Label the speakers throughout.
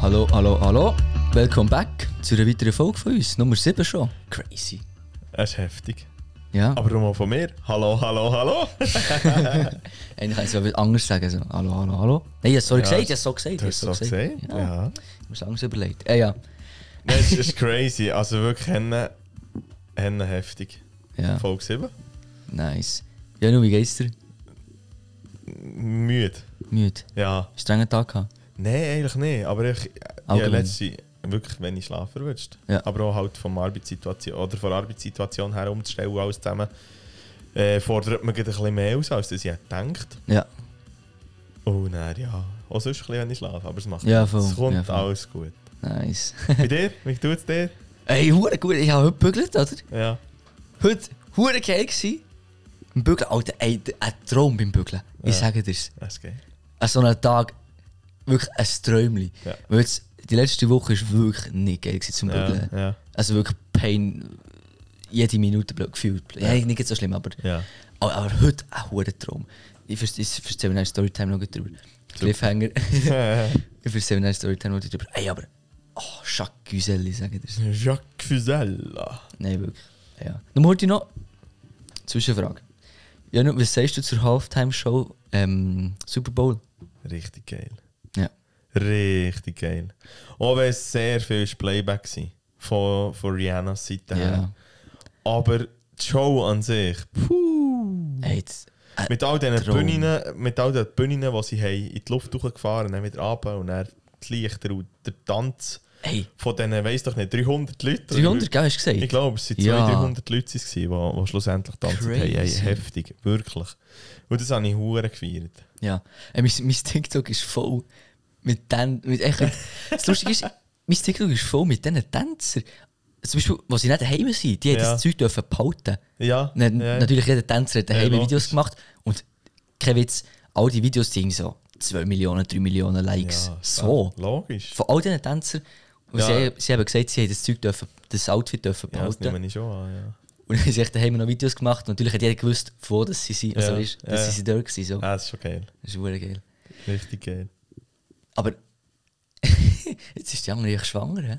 Speaker 1: Hallo, hallo, hallo. Welcome back zu einer weiteren Folge von uns. Nummer 7 schon. Crazy.
Speaker 2: Das ist heftig.
Speaker 1: Ja,
Speaker 2: Aber mal von mir. Hallo, hallo, hallo.
Speaker 1: eigentlich kann ich es ja anders sagen. So, hallo, hallo, hallo. Nein, ich hab's sorry
Speaker 2: Ja,
Speaker 1: gesagt, ich hab's so gesagt. ich
Speaker 2: Du
Speaker 1: hab's
Speaker 2: hast so gesehen.
Speaker 1: Ja,
Speaker 2: Ja.
Speaker 1: Ich muss anders überlegt. Äh, ja.
Speaker 2: Nein, es ist dus crazy. Also wirklich Hennen, Hennen heftig.
Speaker 1: ja,
Speaker 2: Folge 7.
Speaker 1: nice. Ja, nur wie geht's dir?
Speaker 2: Müde.
Speaker 1: Müde.
Speaker 2: Ja.
Speaker 1: Strengen Tag gehabt?
Speaker 2: Nein, eigentlich nicht. Aber ich, ja,
Speaker 1: Allgemein.
Speaker 2: letzte wirklich wenn ich schlafen würdest.
Speaker 1: Ja.
Speaker 2: Aber auch halt vom Arbeitssituation oder von der Arbeitssituation her umzustellen alles zusammen äh, fordert man gerade ein bisschen mehr aus, als das ich denkt.
Speaker 1: Ja.
Speaker 2: Oh nein, ja. Auch sonst ein bisschen, wenn ich schlafe, aber es macht
Speaker 1: Ja,
Speaker 2: nichts.
Speaker 1: voll.
Speaker 2: Es kommt
Speaker 1: Ja, voll.
Speaker 2: alles gut.
Speaker 1: Nice.
Speaker 2: Bei dir? Wie tut es dir?
Speaker 1: Ey, hure gut. Ich habe heute gebügelt, oder?
Speaker 2: Ja.
Speaker 1: Heute hure geil gewesen. Im Bügeln, Alter, ey, d- ein Traum beim Bügeln. Ich
Speaker 2: Ja.
Speaker 1: sage dir's.
Speaker 2: Es geht.
Speaker 1: An so einem Tag wirklich ein Träumchen.
Speaker 2: Ja.
Speaker 1: Weil jetzt, die letzte Woche war wirklich nicht geil gewesen zum
Speaker 2: Ja,
Speaker 1: Bügeln.
Speaker 2: ja,
Speaker 1: Also eh, wirklich Pain jede Minute bl- gefühlt. Ja.
Speaker 2: Ja.
Speaker 1: nicht so schlimm, aber,
Speaker 2: ja.
Speaker 1: aber, aber heute ein hoher Traum. Ich vers- ich erzähle mir in Storytime noch drüber. Cliffhanger. ich erzähle mir in Storytime noch drüber. Ey, aber... Oh, Schakgüseli, sage ich dir.
Speaker 2: Jacques Fusella.
Speaker 1: Nein, wirklich. dus. Ja. Dann wollte ich noch. Zwischenfrage. Janu, was sagst du zur Halftime-Show ähm, Super Bowl?
Speaker 2: Richtig geil.
Speaker 1: Ja.
Speaker 2: Richtig geil. Auch wenn es sehr viel ist Playback war. Von, von Rihannas Seite her. Aber die Show an sich, puh.
Speaker 1: Hey, jetzt, äh,
Speaker 2: Mit all diesen
Speaker 1: Traum.
Speaker 2: Bühnen, mit all den Bühnen, die sie haben, in die Luft hochgefahren, dann wieder runter und dann die Lichter und der Tanz
Speaker 1: hey,
Speaker 2: von diesen, weiss doch nicht, 300 Leuten.
Speaker 1: 300, gell, hast du gesagt?
Speaker 2: Ich glaube, es waren
Speaker 1: Ja.
Speaker 2: 200, 300 Leute, die, die schlussendlich tanzen. Hey, hey,
Speaker 1: Crazy.
Speaker 2: heftig, wirklich. Und das habe ich hure gefeiert.
Speaker 1: Ja. Hey, mein, mein TikTok ist voll mit den. Mit, echt, äh, das Lustige ist, mein TikTok ist voll mit diesen Tänzern. Zum Beispiel, wo sie nicht daheim sind, die haben
Speaker 2: Ja.
Speaker 1: das Zeug dürfen behalten.
Speaker 2: Ja,
Speaker 1: Na,
Speaker 2: ja.
Speaker 1: Natürlich, jeder Tänzer hat daheim
Speaker 2: Ja,
Speaker 1: Videos
Speaker 2: logisch.
Speaker 1: gemacht. Und kein Witz, all die Videos sind so 2 Millionen, 3 Millionen Likes.
Speaker 2: Ja,
Speaker 1: so.
Speaker 2: ja, Logisch.
Speaker 1: Von all diesen Tänzern. Und
Speaker 2: Ja.
Speaker 1: sie, sie haben gesagt, sie haben das Zeug dürfen, das Outfit dürfen
Speaker 2: Ja, das
Speaker 1: behalten.
Speaker 2: nehme ich schon an. ah, Ja.
Speaker 1: und dann haben sie echt daheim noch Videos gemacht. Und natürlich hat jeder gewusst, von wo das sie sind. Also,
Speaker 2: Ja,
Speaker 1: weißt, dass
Speaker 2: ja,
Speaker 1: sie
Speaker 2: ja.
Speaker 1: sie dort waren. So.
Speaker 2: Ah, das ist schon geil.
Speaker 1: Das ist wirklich geil.
Speaker 2: Richtig geil.
Speaker 1: Aber jetzt ist die andere echt schwanger. He?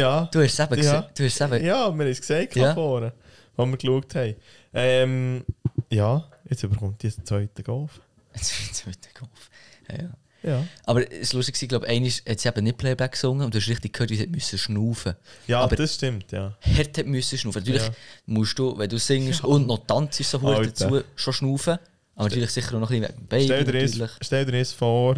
Speaker 2: Ja,
Speaker 1: Du hast es eben
Speaker 2: Ja.
Speaker 1: gesehen. Du hast es eben.
Speaker 2: ja wir haben es gesagt,
Speaker 1: Ja.
Speaker 2: ja. vorne, wo wir geschaut haben. Ähm, ja, jetzt überkommt die einen zweiten Golf.
Speaker 1: Jetzt wird es wieder doof. Ja, ja.
Speaker 2: Ja,
Speaker 1: Aber es war lustig, ich glaube, einer hat sie eben nicht Playback gesungen und du hast richtig gehört, wie sie hat müssen schnaufen
Speaker 2: ja
Speaker 1: Aber-
Speaker 2: das stimmt, ja.
Speaker 1: hart hat müssen schnaufen. Natürlich
Speaker 2: Ja.
Speaker 1: musst du, wenn du singst und noch tanzt, so hart
Speaker 2: Alter.
Speaker 1: dazu schon schnaufen. Aber natürlich sicher auch noch ein bisschen wegen dem Baby.
Speaker 2: Stell dir, jetzt,
Speaker 1: natürlich.
Speaker 2: stell dir jetzt vor,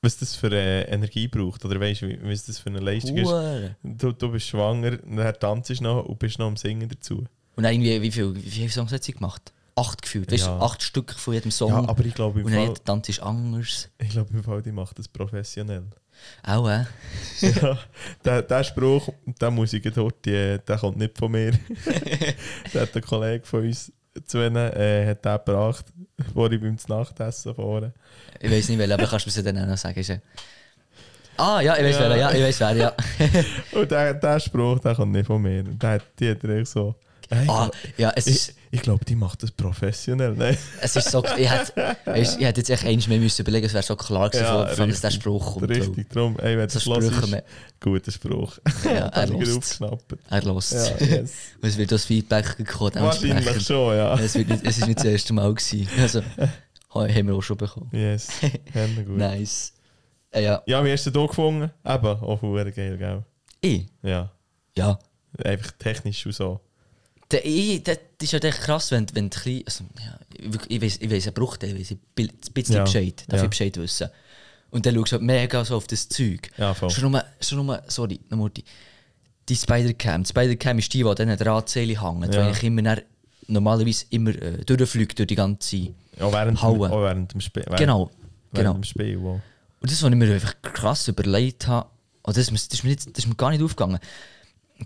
Speaker 2: was das für äh, Energie braucht. Oder weißt du, was das für eine Leistung ist.
Speaker 1: Hure.
Speaker 2: Du, du bist schwanger, dann tanzt du noch und bist noch am Singen dazu.
Speaker 1: Und dann irgendwie, wie, viel, wie viele Songs hat sie gemacht? Acht gefühlt. Weißt du,
Speaker 2: Ja.
Speaker 1: acht Stück von jedem Song.
Speaker 2: Ja, aber ich glaube, im
Speaker 1: und dann
Speaker 2: Fall,
Speaker 1: jeder Tanz ist anders.
Speaker 2: ich glaube, im Fall, die macht das professionell.
Speaker 1: Auch, äh?
Speaker 2: ja, der, der Spruch, der muss ich dort, die, der kommt nicht von mir. der hat ein Kollege von uns zu ihnen, äh, hat den gebracht, wo ich beim Nachtessen vorne.
Speaker 1: Ich weiß nicht, welcher, aber kannst du mir dann auch noch sagen. Ist ja- Ah, ja, ich weiß
Speaker 2: Ja.
Speaker 1: wer, ja, ich weiß wer, ja.
Speaker 2: Und der, der Spruch, der kommt nicht von mir. Der, hat- die hat echt so. Hey, ich
Speaker 1: ah,
Speaker 2: glaub-
Speaker 1: ja, es ist.
Speaker 2: ich, ich glaube, die macht das professionell. Nein.
Speaker 1: Es ist so, ich hätte, weisst, ich hätte jetzt echt eins mehr müssen überlegen, es wäre so klar gewesen,
Speaker 2: Ja,
Speaker 1: von- von, dass der Spruch kommt.
Speaker 2: Richtig, darum, ey, wenn du
Speaker 1: So
Speaker 2: das hörst,
Speaker 1: Sprüche mehr.
Speaker 2: guter Spruch.
Speaker 1: Ja, er
Speaker 2: Hat ich
Speaker 1: hörst's.
Speaker 2: aufgeschnappt.
Speaker 1: Er lässt es.
Speaker 2: Ja, yes.
Speaker 1: Und Es wird das Feedback gekommen.
Speaker 2: Wahrscheinlich
Speaker 1: dementsprechend.
Speaker 2: schon, ja.
Speaker 1: Es, wird nicht, es ist nicht das erste Mal gewesen. Also, ha- haben wir auch schon bekommen.
Speaker 2: Yes, haben gut.
Speaker 1: Nice. Äh, ja,
Speaker 2: Ja, wie hast du den hier gefunden? Eben, auch verdammt geil, gell?
Speaker 1: ich?
Speaker 2: Ja,
Speaker 1: Ja.
Speaker 2: einfach technisch und so.
Speaker 1: Der I, das ist ja echt krass, wenn, wenn du ein bisschen- also, ja, wirklich, ich weiss, ich weiss, er braucht den, ich weiss, ich bin ein bisschen
Speaker 2: Ja.
Speaker 1: Bescheid, darf
Speaker 2: Ja.
Speaker 1: ich Bescheid wissen. Und dann schaust du halt mega so auf das Zeug.
Speaker 2: Ja, voll.
Speaker 1: Schon nur, schon nur sorry, noch mal die, die Spider-Cam. Die Spider-Cam ist die, die an diesen Drahtseile hängt,
Speaker 2: Ja.
Speaker 1: weil ich immer dann, normalerweise immer äh, durchfliegt durch die ganze...
Speaker 2: Auch während, dem,
Speaker 1: Hauen.
Speaker 2: auch während dem Spiel. Während,
Speaker 1: Genau,
Speaker 2: während
Speaker 1: genau.
Speaker 2: dem Spiel. Wow.
Speaker 1: Und das, was ich mir einfach krass überlegt habe, oh, das, ist mir- das, ist mir nicht, das ist mir gar nicht aufgegangen.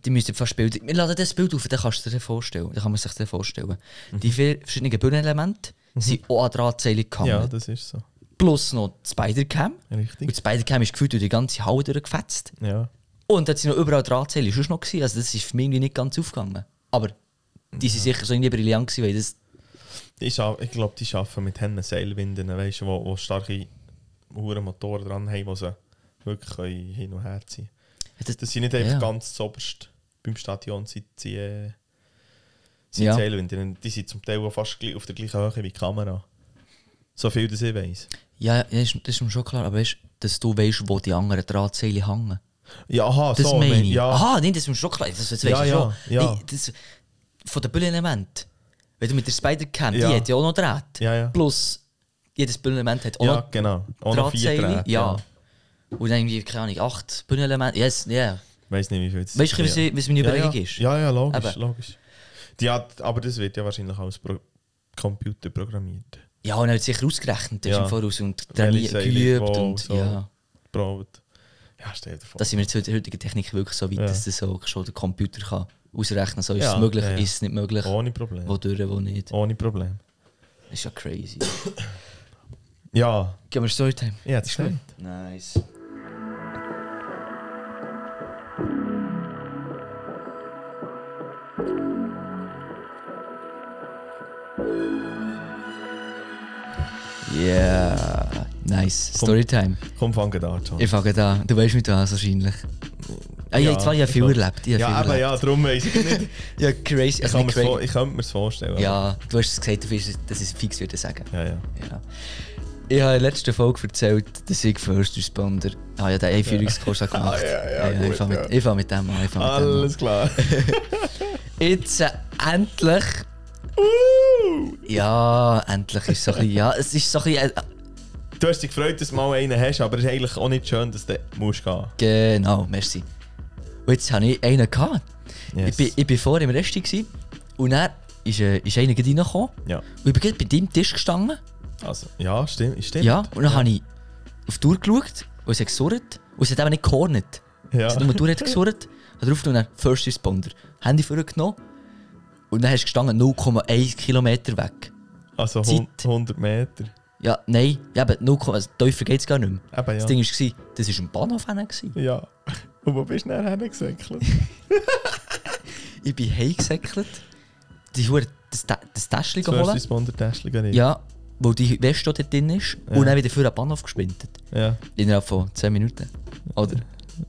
Speaker 1: Die müssen fast Bilder. Wir laden das Bild auf, dann kannst du dir das vorstellen. Dann kann man sich das vorstellen.
Speaker 2: Mhm.
Speaker 1: Die vier verschiedenen Bühnenelemente sind auch an Drahtseile gehangen.
Speaker 2: Ja, das ist so.
Speaker 1: Plus noch die Spider-Cam. Und die
Speaker 2: Richtig.
Speaker 1: Spider-Cam ist gefühlt durch die ganze Halle durchgefetzt.
Speaker 2: Ja.
Speaker 1: Und hat sie noch überall Drahtseile schon noch gewesen. Also das ist für mich irgendwie nicht ganz aufgegangen. Aber die sind sicher so irgendwie brillant gewesen, weil das...
Speaker 2: Ich, scha- ich glaube, eh, die arbeiten mit Hennen Seilwinden, weißt du, wo, wo starke Huren Motoren dran haben, die sie wirklich können hin und her ziehen
Speaker 1: Ja, das-
Speaker 2: Dass sie nicht einfach
Speaker 1: ja.
Speaker 2: ganz zoberst beim Stadion sind, sie, äh, sie
Speaker 1: Ja.
Speaker 2: zählen, die, die sind zum Teil auch fast gleich- auf der gleichen Höhe wie die Kamera. So viel, dass ich weiss.
Speaker 1: Ja, ja ist, das ist mir schon klar. Aber weißt, dass du weißt, wo die anderen Drahtseile hängen.
Speaker 2: Ja, aha,
Speaker 1: Das
Speaker 2: so,
Speaker 1: meine
Speaker 2: mein-
Speaker 1: ich.
Speaker 2: Ja,
Speaker 1: Aha, nein, das ist mir schon klar. Das, das weißt
Speaker 2: Ja,
Speaker 1: du
Speaker 2: ja,
Speaker 1: schon.
Speaker 2: ja.
Speaker 1: Nein, das, von den Bühnenelementen. Wenn du mit der Spider-Cam,
Speaker 2: Ja.
Speaker 1: die hat ja auch noch Draht.
Speaker 2: Ja, ja.
Speaker 1: Plus, jedes Bühnenelement hat auch
Speaker 2: ja
Speaker 1: noch
Speaker 2: genau. Auch noch vier
Speaker 1: Drahtseile.
Speaker 2: Drähte,
Speaker 1: ja. Und dann irgendwie, keine Ahnung, acht Bühnenelemente. Yes, yeah.
Speaker 2: Weiß nicht, wie viel das
Speaker 1: Weißt du, was,
Speaker 2: ja.
Speaker 1: ich- was meine
Speaker 2: ja,
Speaker 1: Überlegung
Speaker 2: ja.
Speaker 1: ist?
Speaker 2: Ja, ja, logisch,
Speaker 1: Eben.
Speaker 2: logisch. Die hat, aber das wird ja wahrscheinlich als Pro Computer programmiert.
Speaker 1: Ja, und er hat sicher ausgerechnet, das
Speaker 2: Ja.
Speaker 1: ist im Voraus und
Speaker 2: Welche
Speaker 1: trainiert,
Speaker 2: Seile
Speaker 1: geübt
Speaker 2: wo,
Speaker 1: und
Speaker 2: so.
Speaker 1: ja.
Speaker 2: Probt. Ja, stell dir vor.
Speaker 1: Da sind wir jetzt mit der heutigen Technik wirklich so weit,
Speaker 2: Ja.
Speaker 1: dass das so schon der Computer kann ausrechnen kann. So ist
Speaker 2: Ja,
Speaker 1: es möglich,
Speaker 2: ja, ja.
Speaker 1: ist es nicht möglich,
Speaker 2: Ohne Problem.
Speaker 1: wodurch, wo nicht.
Speaker 2: Ohne Problem.
Speaker 1: Das ist ja crazy.
Speaker 2: Ja,
Speaker 1: Gehen wir Storytime.
Speaker 2: ich hätte es gesagt.
Speaker 1: Nice. Yeah, nice. Storytime.
Speaker 2: Komm, fangen da an, John.
Speaker 1: Ich fange da. Du weißt mit was wahrscheinlich. Ah, ja,
Speaker 2: Ja,
Speaker 1: jetzt war ich ja
Speaker 2: ich
Speaker 1: viel
Speaker 2: glaub-
Speaker 1: erlebt. Ich hab
Speaker 2: Ja,
Speaker 1: viel
Speaker 2: aber
Speaker 1: erlebt.
Speaker 2: ja, darum weiss ich nicht.
Speaker 1: ja. crazy.
Speaker 2: Ich,
Speaker 1: Also
Speaker 2: kann
Speaker 1: nicht
Speaker 2: mir's
Speaker 1: crazy.
Speaker 2: vor- ich könnte mir es vorstellen.
Speaker 1: Ja, du hast es gesagt, du willst, dass ich es fix würde sagen.
Speaker 2: Ja, ja.
Speaker 1: Ja. Ich habe in der letzten Folge erzählt, dass ich First Responder ah, ja, den Einführungskurs habe gemacht
Speaker 2: Ah, ja, ja,
Speaker 1: ich
Speaker 2: gut,
Speaker 1: fange
Speaker 2: ja.
Speaker 1: mit, ich fang mit dem an. Ich fang mit dem an.
Speaker 2: Alles klar.
Speaker 1: Jetzt äh, endlich. Ja, endlich ist so ein bisschen, ja, es ist so ein bisschen, äh,
Speaker 2: Du hast dich gefreut, dass du mal einen hast, aber es ist eigentlich auch nicht schön, dass du musst gehen musst.
Speaker 1: Genau, merci. Und jetzt habe ich einen gehabt.
Speaker 2: Yes.
Speaker 1: Ich, bin, ich bin vorher im Resti gewesen, und dann ist, äh, ist einer gerade reingekommen.
Speaker 2: Ja.
Speaker 1: Und ich bin gerade bei deinem Tisch gestanden.
Speaker 2: Also, ja, stimmt. stimmt.
Speaker 1: Ja, und dann habe ich auf die Uhr geschaut und es hat gesurrt. Und es hat eben nicht gehornet.
Speaker 2: Ja.
Speaker 1: Es hat nur die Uhr hat gesurrt. Hat drauf genommen, dann First Responder. Handy vorgenommen. Und dann hast du gestanden 0,1 Kilometer weg.
Speaker 2: Also
Speaker 1: Zeit.
Speaker 2: 100 100 Meter.
Speaker 1: Ja, nein, ja, aber 0, also tiefer geht es gar nicht mehr.
Speaker 2: Eben, ja.
Speaker 1: Das Ding war, das war am Bahnhof. hinten gewesen.
Speaker 2: Ja. Und wo bist du nachher hingesäckelt?
Speaker 1: Ich bin heimgesäckelt. Die Uhr das, Ta- das Täschchen
Speaker 2: First
Speaker 1: geholt.
Speaker 2: Responder Täschchen
Speaker 1: Ja, wo die Weste dort drin ist.
Speaker 2: Ja.
Speaker 1: Und dann wieder für den Bahnhof gesprintet.
Speaker 2: Ja.
Speaker 1: Innerhalb von 10 Minuten. Oder?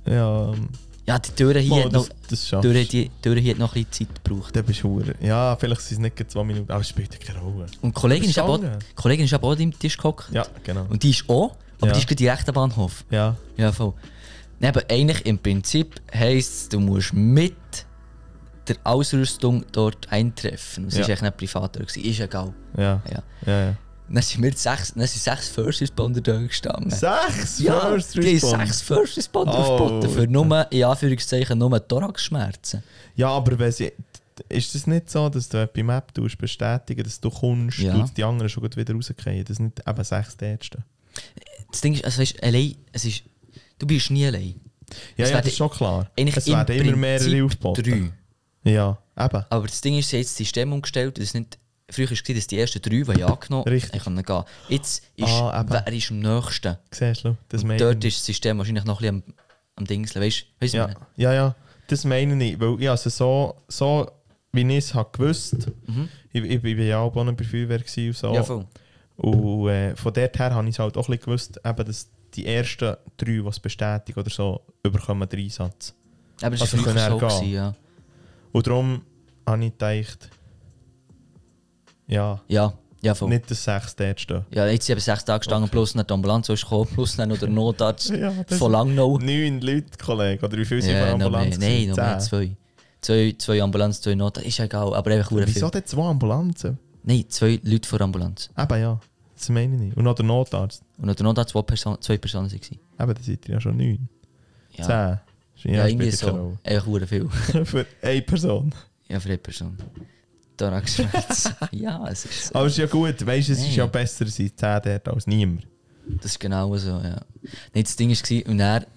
Speaker 2: Ja. ähm,
Speaker 1: Ja, die Türe hier
Speaker 2: Mal,
Speaker 1: hat noch...
Speaker 2: das, das schaffst
Speaker 1: Durch,
Speaker 2: du.
Speaker 1: die, durch hat noch ein bisschen Zeit gebraucht.
Speaker 2: Dann bist du hure- Ja, vielleicht sind es nicht gerade zwei Minuten, aber es spielt ja keine Rolle.
Speaker 1: Und die Kollegin
Speaker 2: Bist
Speaker 1: ist,
Speaker 2: du
Speaker 1: aber auch,
Speaker 2: gegangen?
Speaker 1: die Kollegin ist aber auch an deinem Tisch gehockt.
Speaker 2: Ja, genau.
Speaker 1: Und die ist auch, aber
Speaker 2: Ja.
Speaker 1: die ist gerade direkt am Bahnhof.
Speaker 2: Ja.
Speaker 1: Ja, voll. Nein, aber eigentlich im Prinzip heisst es, du musst mit der Ausrüstung dort eintreffen. Es
Speaker 2: Ja.
Speaker 1: war eigentlich nicht privat, dort gewesen. ist egal.
Speaker 2: Ja.
Speaker 1: Ja.
Speaker 2: Ja, ja.
Speaker 1: Dann sind wir die sechs, dann sind sechs First Responder da gestanden.
Speaker 2: Sechs
Speaker 1: ja,
Speaker 2: First
Speaker 1: die haben
Speaker 2: Responder.
Speaker 1: sechs First Responder
Speaker 2: Oh.
Speaker 1: aufgeboten für nur, in Anführungszeichen, nur Thoraxschmerzen.
Speaker 2: Ja, aber wenn sie, ist es nicht so, dass du bei Map tust bestätigen, dass du kommst,
Speaker 1: Ja.
Speaker 2: ja. die anderen schon gut wieder rausgehen? Das sind nicht eben sechs die Ärzte.
Speaker 1: Das Ding ist, also weißt, allein, es ist, du bist nie allein.
Speaker 2: Ja,
Speaker 1: Es
Speaker 2: ja,
Speaker 1: werden
Speaker 2: das ist schon klar.
Speaker 1: Eigentlich
Speaker 2: Es
Speaker 1: im
Speaker 2: werden immer mehrere
Speaker 1: Prinzip
Speaker 2: aufgeboten.
Speaker 1: Drei.
Speaker 2: Ja, eben.
Speaker 1: Aber das Ding ist, sie hat das System umgestellt. Das nicht, früher war es, dass die ersten drei, die ja angenommen
Speaker 2: Richtig.
Speaker 1: haben, können gehen. Jetzt ist,
Speaker 2: Ah, eben.
Speaker 1: wer ist am nächsten?
Speaker 2: Siehst du, das meine
Speaker 1: Dort
Speaker 2: ich.
Speaker 1: ist das System wahrscheinlich noch ein bisschen am, am Dingseln. Weißt du,
Speaker 2: Ja, ja, ja, das meine ich. Weil ich also so, so wie ich es habe gewusst ich, ich, ich war ja auch bei der Feuerwehr gewesen und so.
Speaker 1: Mhm. ja, voll.
Speaker 2: Und äh, von dort her habe ich es halt auch ein bisschen gewusst, eben, dass die ersten drei, die es bestätigen oder so, überkommen den Einsatz.
Speaker 1: Aber das
Speaker 2: Also
Speaker 1: war früher
Speaker 2: können
Speaker 1: so.
Speaker 2: er gehen.
Speaker 1: Gewesen, ja.
Speaker 2: Und darum habe ich gedacht, ja,
Speaker 1: ja, ja, voll.
Speaker 2: nicht das sechs dort stehen.
Speaker 1: Ja, jetzt sind eben sechs Tage gestanden, plus dann die Ambulanz ist gekommen, plus dann noch der Notarzt
Speaker 2: Oh. Ja, das
Speaker 1: von Langnau.
Speaker 2: Neun Leute, Kollege, oder wie viele sind
Speaker 1: Ja,
Speaker 2: von
Speaker 1: noch mehr.
Speaker 2: Ambulanz?
Speaker 1: Nein, noch mehr,
Speaker 2: Zehn.
Speaker 1: zwei. Zwei, zwei Ambulanz, zwei Notarzt, ist ja egal, aber einfach verdammt
Speaker 2: Wieso
Speaker 1: viel.
Speaker 2: denn zwei Ambulanzen?
Speaker 1: Nein, zwei Leute vor der Ambulanz.
Speaker 2: Eben ja, das meine ich nicht. Und noch der Notarzt.
Speaker 1: Und noch der Notarzt, zwei, Person zwei Personen waren.
Speaker 2: Eben, da seid ihr ja schon neun.
Speaker 1: Ja.
Speaker 2: Zehn. Das ist
Speaker 1: Ja,
Speaker 2: ja
Speaker 1: irgendwie
Speaker 2: später
Speaker 1: so. Echt hure viel.
Speaker 2: keine Rolle. Für eine Person.
Speaker 1: Ja, für eine Person. Thoraxschmerz. ja, es ist so.
Speaker 2: Aber es ist ja gut, weißt du, es
Speaker 1: Nein.
Speaker 2: ist ja besser, es sind zehn dort als niemand.
Speaker 1: Das ist genau so, ja. Nein, das Ding war, und er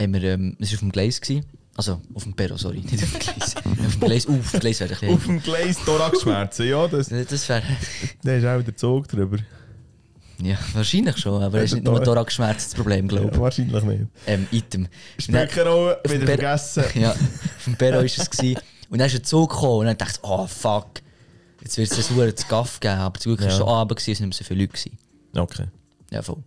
Speaker 1: haben wir, ähm, es war auf dem Gleis. Gewesen. Also, auf dem Perro, sorry. Nicht auf dem Gleis. auf dem Gleis, auf dem Gleis wäre ich
Speaker 2: Auf dem Gleis Thoraxschmerzen, ja, das,
Speaker 1: Das wäre,
Speaker 2: da ist auch der Zug drüber.
Speaker 1: ja, wahrscheinlich schon, aber es ist nicht nur Thoraxschmerz das Problem, glaube ich.
Speaker 2: Ja, wahrscheinlich nicht.
Speaker 1: Ähm, Item. Nein,
Speaker 2: Spöckerrolle,
Speaker 1: dem
Speaker 2: wieder
Speaker 1: Ber-
Speaker 2: vergessen.
Speaker 1: ja, auf dem Perro war es. Gewesen. Und dann ist ein Zug gekommen und dann dachte ich, oh fuck, jetzt wird es ein Huren zu Gaff geben. Aber zum Glück war es
Speaker 2: Ja.
Speaker 1: schon Abend, gewesen, es waren nicht mehr so viele Leute. Gewesen.
Speaker 2: Okay.
Speaker 1: Ja, voll.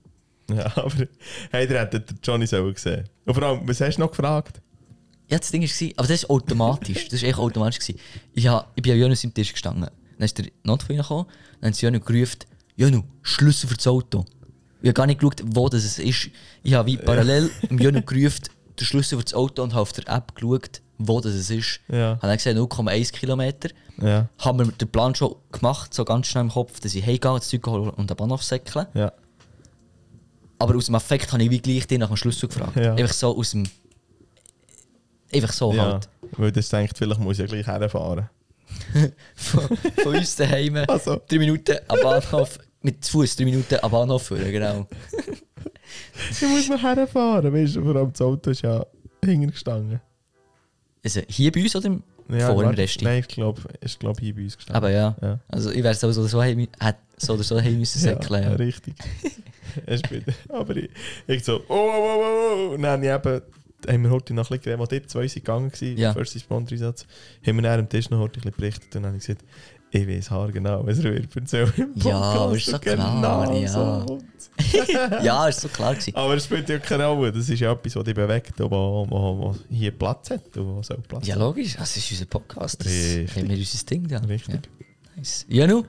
Speaker 2: Ja, aber hey, ihr hättet den Johnny sollen sehen. Und vor allem, was hast du noch gefragt?
Speaker 1: Ja, das Ding war, aber das ist automatisch. Das war echt automatisch. Gewesen. Ich, hab, ich bin an Jonas im Tisch gestanden. Dann ist der Notfall gekommen. Dann hat Jonas gerufen, Jonas, Schlüssel für das Auto. Ich habe gar nicht geschaut, wo das es ist. Ich habe wie parallel dem Jonas gerufen, den Schlüssel für das Auto und habe auf der App geschaut, wo das es ist.
Speaker 2: Ja.
Speaker 1: Habe dann gesehen, 0,1 Kilometer.
Speaker 2: Ja.
Speaker 1: Haben wir den Plan schon gemacht, so ganz schnell im Kopf, dass ich heimgehe, das Zeug holen und den Bahnhof säckeln.
Speaker 2: Ja.
Speaker 1: Aber aus dem Affekt habe ich wie gleich den nach dem Schlüssel gefragt.
Speaker 2: Ja.
Speaker 1: Einfach so aus dem... Einfach so
Speaker 2: ja.
Speaker 1: halt.
Speaker 2: Weil das denkt, vielleicht muss ich ja gleich herfahren.
Speaker 1: von, von uns daheim.
Speaker 2: Also.
Speaker 1: Drei Minuten am Bahnhof. Mit zu Fuß drei Minuten am Bahnhof führen, genau.
Speaker 2: Ich muss mal herfahren, weißt du? Vor allem das Auto ist ja hingestanden.
Speaker 1: Also hier bei uns oder im-
Speaker 2: Ja,
Speaker 1: vor dem
Speaker 2: warte,
Speaker 1: Rest?
Speaker 2: Nein, ich glaube, ich glaub, hier bei uns gestanden.
Speaker 1: Aber ja.
Speaker 2: Ja.
Speaker 1: Also ich wäre so oder so heim, hätte so oder so heim müssen säckeln.
Speaker 2: Ja,
Speaker 1: Ja,
Speaker 2: richtig. Es ist bitter. Aber ich, ich so, oh, oh, oh, oh. Und dann habe ich eben, haben wir heute noch ein bisschen geredet, als dort zwei sind gegangen waren,
Speaker 1: Ja.
Speaker 2: ja. First Responder Einsatz, haben wir dann am Tisch noch heute ein bisschen berichtet und dann habe ich gesagt, ich weiß haargenau, was Rühr erzählt im
Speaker 1: Ja, aber ist
Speaker 2: Und
Speaker 1: so klar, ja.
Speaker 2: kommt's.
Speaker 1: ja ist so klar gewesen.
Speaker 2: Aber es spielt ja keine Rolle, das ist ja etwas, was dich bewegt und wo, wo, wo hier Platz hat und wo soll Platz
Speaker 1: Ja,
Speaker 2: haben.
Speaker 1: logisch, das ist unser Podcast. Das
Speaker 2: Richtig.
Speaker 1: haben wir unser Ding da.
Speaker 2: Richtig.
Speaker 1: Ja. Nice. Janu,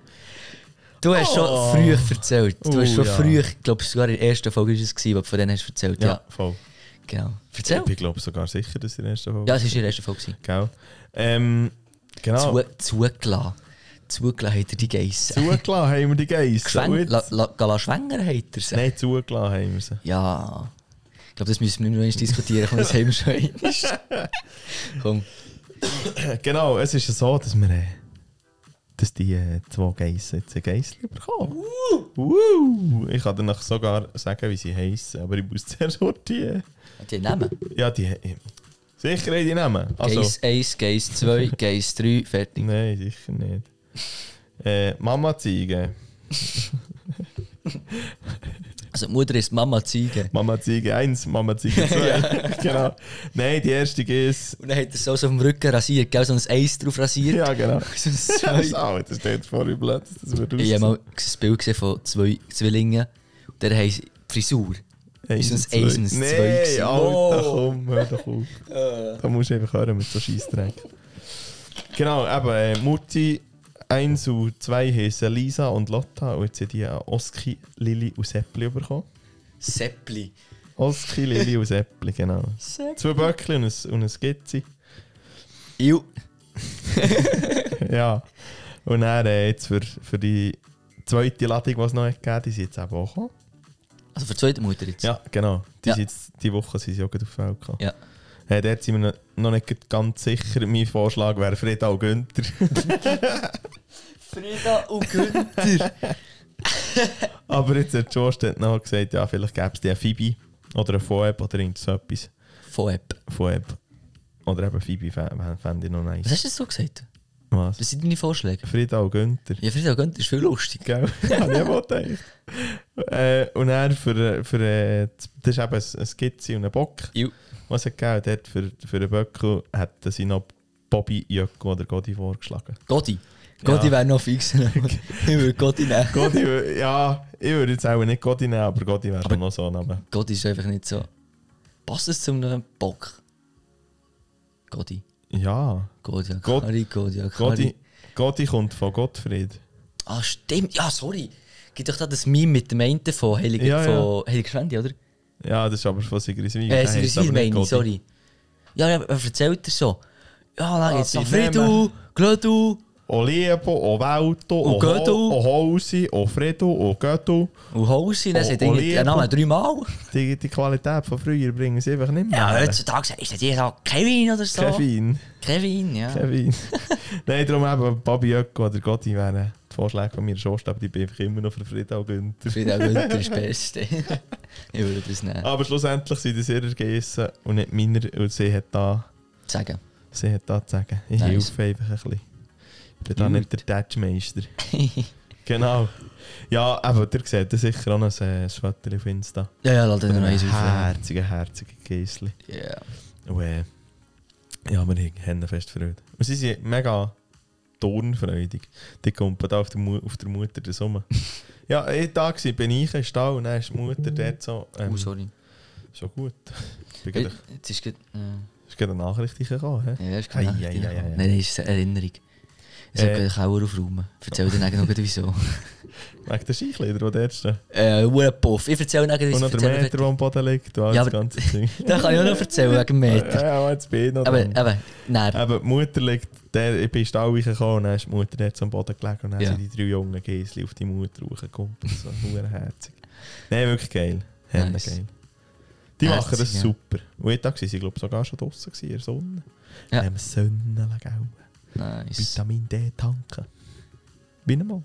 Speaker 1: du hast
Speaker 2: Oh.
Speaker 1: schon früh erzählt. Du
Speaker 2: Oh,
Speaker 1: hast schon
Speaker 2: ja.
Speaker 1: früh, ich glaube sogar in der ersten Folge war es, gewesen, wo du von denen hast erzählt. Ja,
Speaker 2: Ja, voll.
Speaker 1: genau. Erzähl.
Speaker 2: Ich bin glaube sogar sicher, dass ich in der ersten Folge...
Speaker 1: Ja, es war in der ersten Folge. gewesen.
Speaker 2: Gell? Ähm, genau.
Speaker 1: Zu, zugelassen. Zugelassen hat er die Geissen.
Speaker 2: Zugelassen haben wir die Geissen. Und
Speaker 1: Schwäng,
Speaker 2: jetzt-
Speaker 1: la, la, Gala Schwenger hat er sie.
Speaker 2: Nein, zugelassen haben wir sie.
Speaker 1: Ja. Ich glaube, das müssen wir nicht mehr noch einmal diskutieren. Komm, das haben wir schon einmal. Komm.
Speaker 2: Genau, es ist ja so, dass wir... Äh, dass die äh, zwei Geissen jetzt ein Geissli bekommen. Uh! Ich kann dir noch sogar sagen, wie sie heissen, aber ich muss zuerst noch die... Äh,
Speaker 1: Hat die Namen?
Speaker 2: ja, die... Äh, sicher haben die Namen. Also,
Speaker 1: Geis 1, Geis 2, Geis 3, fertig.
Speaker 2: Nein, sicher nicht. Äh, Mama Ziege.
Speaker 1: Also die Mutter ist Mama Ziege.
Speaker 2: Mama Ziege 1, Mama Ziege 2. Genau. Nein, die erste ist...
Speaker 1: Und dann hat er so auf dem Rücken rasiert, gell? So ein Eis drauf rasiert.
Speaker 2: Ja, genau.
Speaker 1: So ein
Speaker 2: Das
Speaker 1: Zwei.
Speaker 2: Alter steht vor im Platz, das wird
Speaker 1: ich habe mal ein Bild gesehen von zwei Zwillingen. Und der heisst Frisur.
Speaker 2: Äh,
Speaker 1: Ist uns eins und zwei
Speaker 2: Nee,
Speaker 1: gewesen.
Speaker 2: Alter,
Speaker 1: Wow.
Speaker 2: komm, hör doch auf. da musst du einfach hören mit so Scheissdreck. Genau, eben, äh, Mutti 1 und 2 heissen Lisa und Lotta und jetzt haben die auch Oski, Lili und Seppli bekommen.
Speaker 1: Seppli.
Speaker 2: Oski, Lili und Seppli, genau.
Speaker 1: Seppli.
Speaker 2: Zwei Böckli und ein, und ein Skizzi.
Speaker 1: Iu.
Speaker 2: ja. Und dann äh, jetzt für, für die zweite Ladung, die es noch hat gegeben die sind jetzt eben auch gekommen.
Speaker 1: Also für die zweite Mutter jetzt.
Speaker 2: Ja, genau. Die,
Speaker 1: Ja.
Speaker 2: sind jetzt, die Woche sind sie auch gerade auf die Welt gekommen.
Speaker 1: Ja.
Speaker 2: Hey, dort sind wir noch- noch nicht ganz sicher. Mein Vorschlag wäre Fredal Günther.
Speaker 1: Frieda und Günther.
Speaker 2: Aber jetzt hat Josh dort noch gesagt, ja, vielleicht gäbe es die eine Phoebe oder eine Phoebe oder irgend so etwas.
Speaker 1: Von App.
Speaker 2: Phoebe. Oder eben Phoebe fä- fände ich noch
Speaker 1: Was
Speaker 2: nice.
Speaker 1: hast du jetzt so gesagt?
Speaker 2: Was?
Speaker 1: Das sind deine Vorschläge.
Speaker 2: Fredal Günther.
Speaker 1: Ja, Frieda und Günther ist viel lustig.
Speaker 2: Gell? Habe ich auch gedacht. Äh, und er für, für äh, das ist eben ein- ein Skizze und ein Bock,
Speaker 1: Iu.
Speaker 2: was er gegeben hat. Dort Für, für den Böckel hätten sie noch Bobby, Jöcko oder Godi vorgeschlagen.
Speaker 1: Gotti. Gotti
Speaker 2: Ja.
Speaker 1: wäre noch fix. ich würde Gotti nehmen.
Speaker 2: Gotti, wür- ja, ich würde jetzt auch nicht Gotti nehmen, aber Gotti wäre
Speaker 1: Aber-
Speaker 2: noch so ein Name.
Speaker 1: Gotti ist einfach nicht so. Passt es zum einem Bock? Gotti.
Speaker 2: Ja,
Speaker 1: Gotti.
Speaker 2: Gott-
Speaker 1: Kari, Gotti.
Speaker 2: Gotti,
Speaker 1: Kari.
Speaker 2: Gotti kommt von Gottfried.
Speaker 1: Ah, stimmt. Ja, sorry. Gibt doch da das Meme mit dem einen von Heilig,
Speaker 2: Ja, ja.
Speaker 1: von Heilig Schwendi, oder?
Speaker 2: Ja, das ist aber von Sigriswil.
Speaker 1: Äh, sie sind meine, sorry. Ja, ja, aber erzählt er so. dus Ja, dann geht's
Speaker 2: Ah,
Speaker 1: nach
Speaker 2: die nehmen.
Speaker 1: Friedu, Glödu
Speaker 2: O Liebo, O Welto,
Speaker 1: Und
Speaker 2: O
Speaker 1: Götu.
Speaker 2: Ho- O Housi, O Fredo, O Götu.
Speaker 1: und Hosi. Dann
Speaker 2: Oh,
Speaker 1: sagt irgendwie
Speaker 2: Oliver.
Speaker 1: der Name dreimal.
Speaker 2: Die, die Qualität von früher bringen sie einfach nicht mehr.
Speaker 1: Ja,
Speaker 2: her.
Speaker 1: heutzutage ist das jeder Kevin oder so.
Speaker 2: Kevin.
Speaker 1: Kevin, ja.
Speaker 2: Kevin. Nein, darum eben, Bobby Jöcko oder Gotti wären die Vorschläge von mir schon, aber ich bin einfach immer noch für Friedel Günther.
Speaker 1: Frieda Günther ist das Beste. ich würde das nehmen.
Speaker 2: Aber schlussendlich sind es ihre Geissen und nicht meiner, und sie hat da...
Speaker 1: Sagen.
Speaker 2: Sie hat da zu sagen. Ich
Speaker 1: Nice.
Speaker 2: helfe einfach ein bisschen. Ich bin da
Speaker 1: Gut.
Speaker 2: nicht der Tatschmeister. genau. Ja, aber ihr seht das sicher auch noch ein äh, ein Foto auf Insta.
Speaker 1: Ja, ja, lass dir noch eins äh, aufnehmen.
Speaker 2: herzige, herzige Gäsli.
Speaker 1: Ja.
Speaker 2: Und äh, ja, wir haben fest Freude. Und sie sind mega turnfreudig. Die kommt da auf der, Mu auf der Mutter das rum. ja, ich da war, bin ich im Stall und dann ist die Mutter dort so. Ähm,
Speaker 1: Oh, sorry.
Speaker 2: Schon gut. Ich bin
Speaker 1: Äh,
Speaker 2: gerade-
Speaker 1: Jetzt ist gerade... Äh,
Speaker 2: Ist gerade eine Nachricht gekommen. hä?
Speaker 1: ja, ist gerade...
Speaker 2: Ei, ei, ei, ei, ei.
Speaker 1: Nein, nein, ist eine Erinnerung. Ich soll
Speaker 2: Äh.
Speaker 1: den Keller aufräumen. Erzähl dir nachher noch gleich wieso.
Speaker 2: Wegen der Skikleider, die dort stehen.
Speaker 1: Äh, Hure Puff. Ich erzähl nachher,
Speaker 2: Und
Speaker 1: wieso.
Speaker 2: noch der
Speaker 1: Äh, Erzähl
Speaker 2: Meter, der am Boden liegt. Und
Speaker 1: Ja,
Speaker 2: ja, das
Speaker 1: aber-
Speaker 2: ganze Ding.
Speaker 1: nachher. Den kann ich auch noch erzählen, wegen dem Meter.
Speaker 2: Ja, ja, aber jetzt bin ich noch
Speaker 1: Aber,
Speaker 2: dran.
Speaker 1: eben, nein.
Speaker 2: Eben, die Mutter liegt, der, ich bin in den Stall reingekommen und dann ist die Mutter dort am Boden gelegen und dann
Speaker 1: Ja.
Speaker 2: sind die drei jungen Gäsli auf die Mutter rausgekommen. So, verdammt herzig. Nein, wirklich geil. Hände
Speaker 1: Nice.
Speaker 2: geil. Die
Speaker 1: Herzig,
Speaker 2: machen das
Speaker 1: ja.
Speaker 2: super. Und ich glaube, sie waren glaub, ich, sogar schon draußen in der Sonne.
Speaker 1: Ja.
Speaker 2: Ja. Haben Sonne, gell?
Speaker 1: Nice.
Speaker 2: Vitamin D tanken. Wie ein Mauer.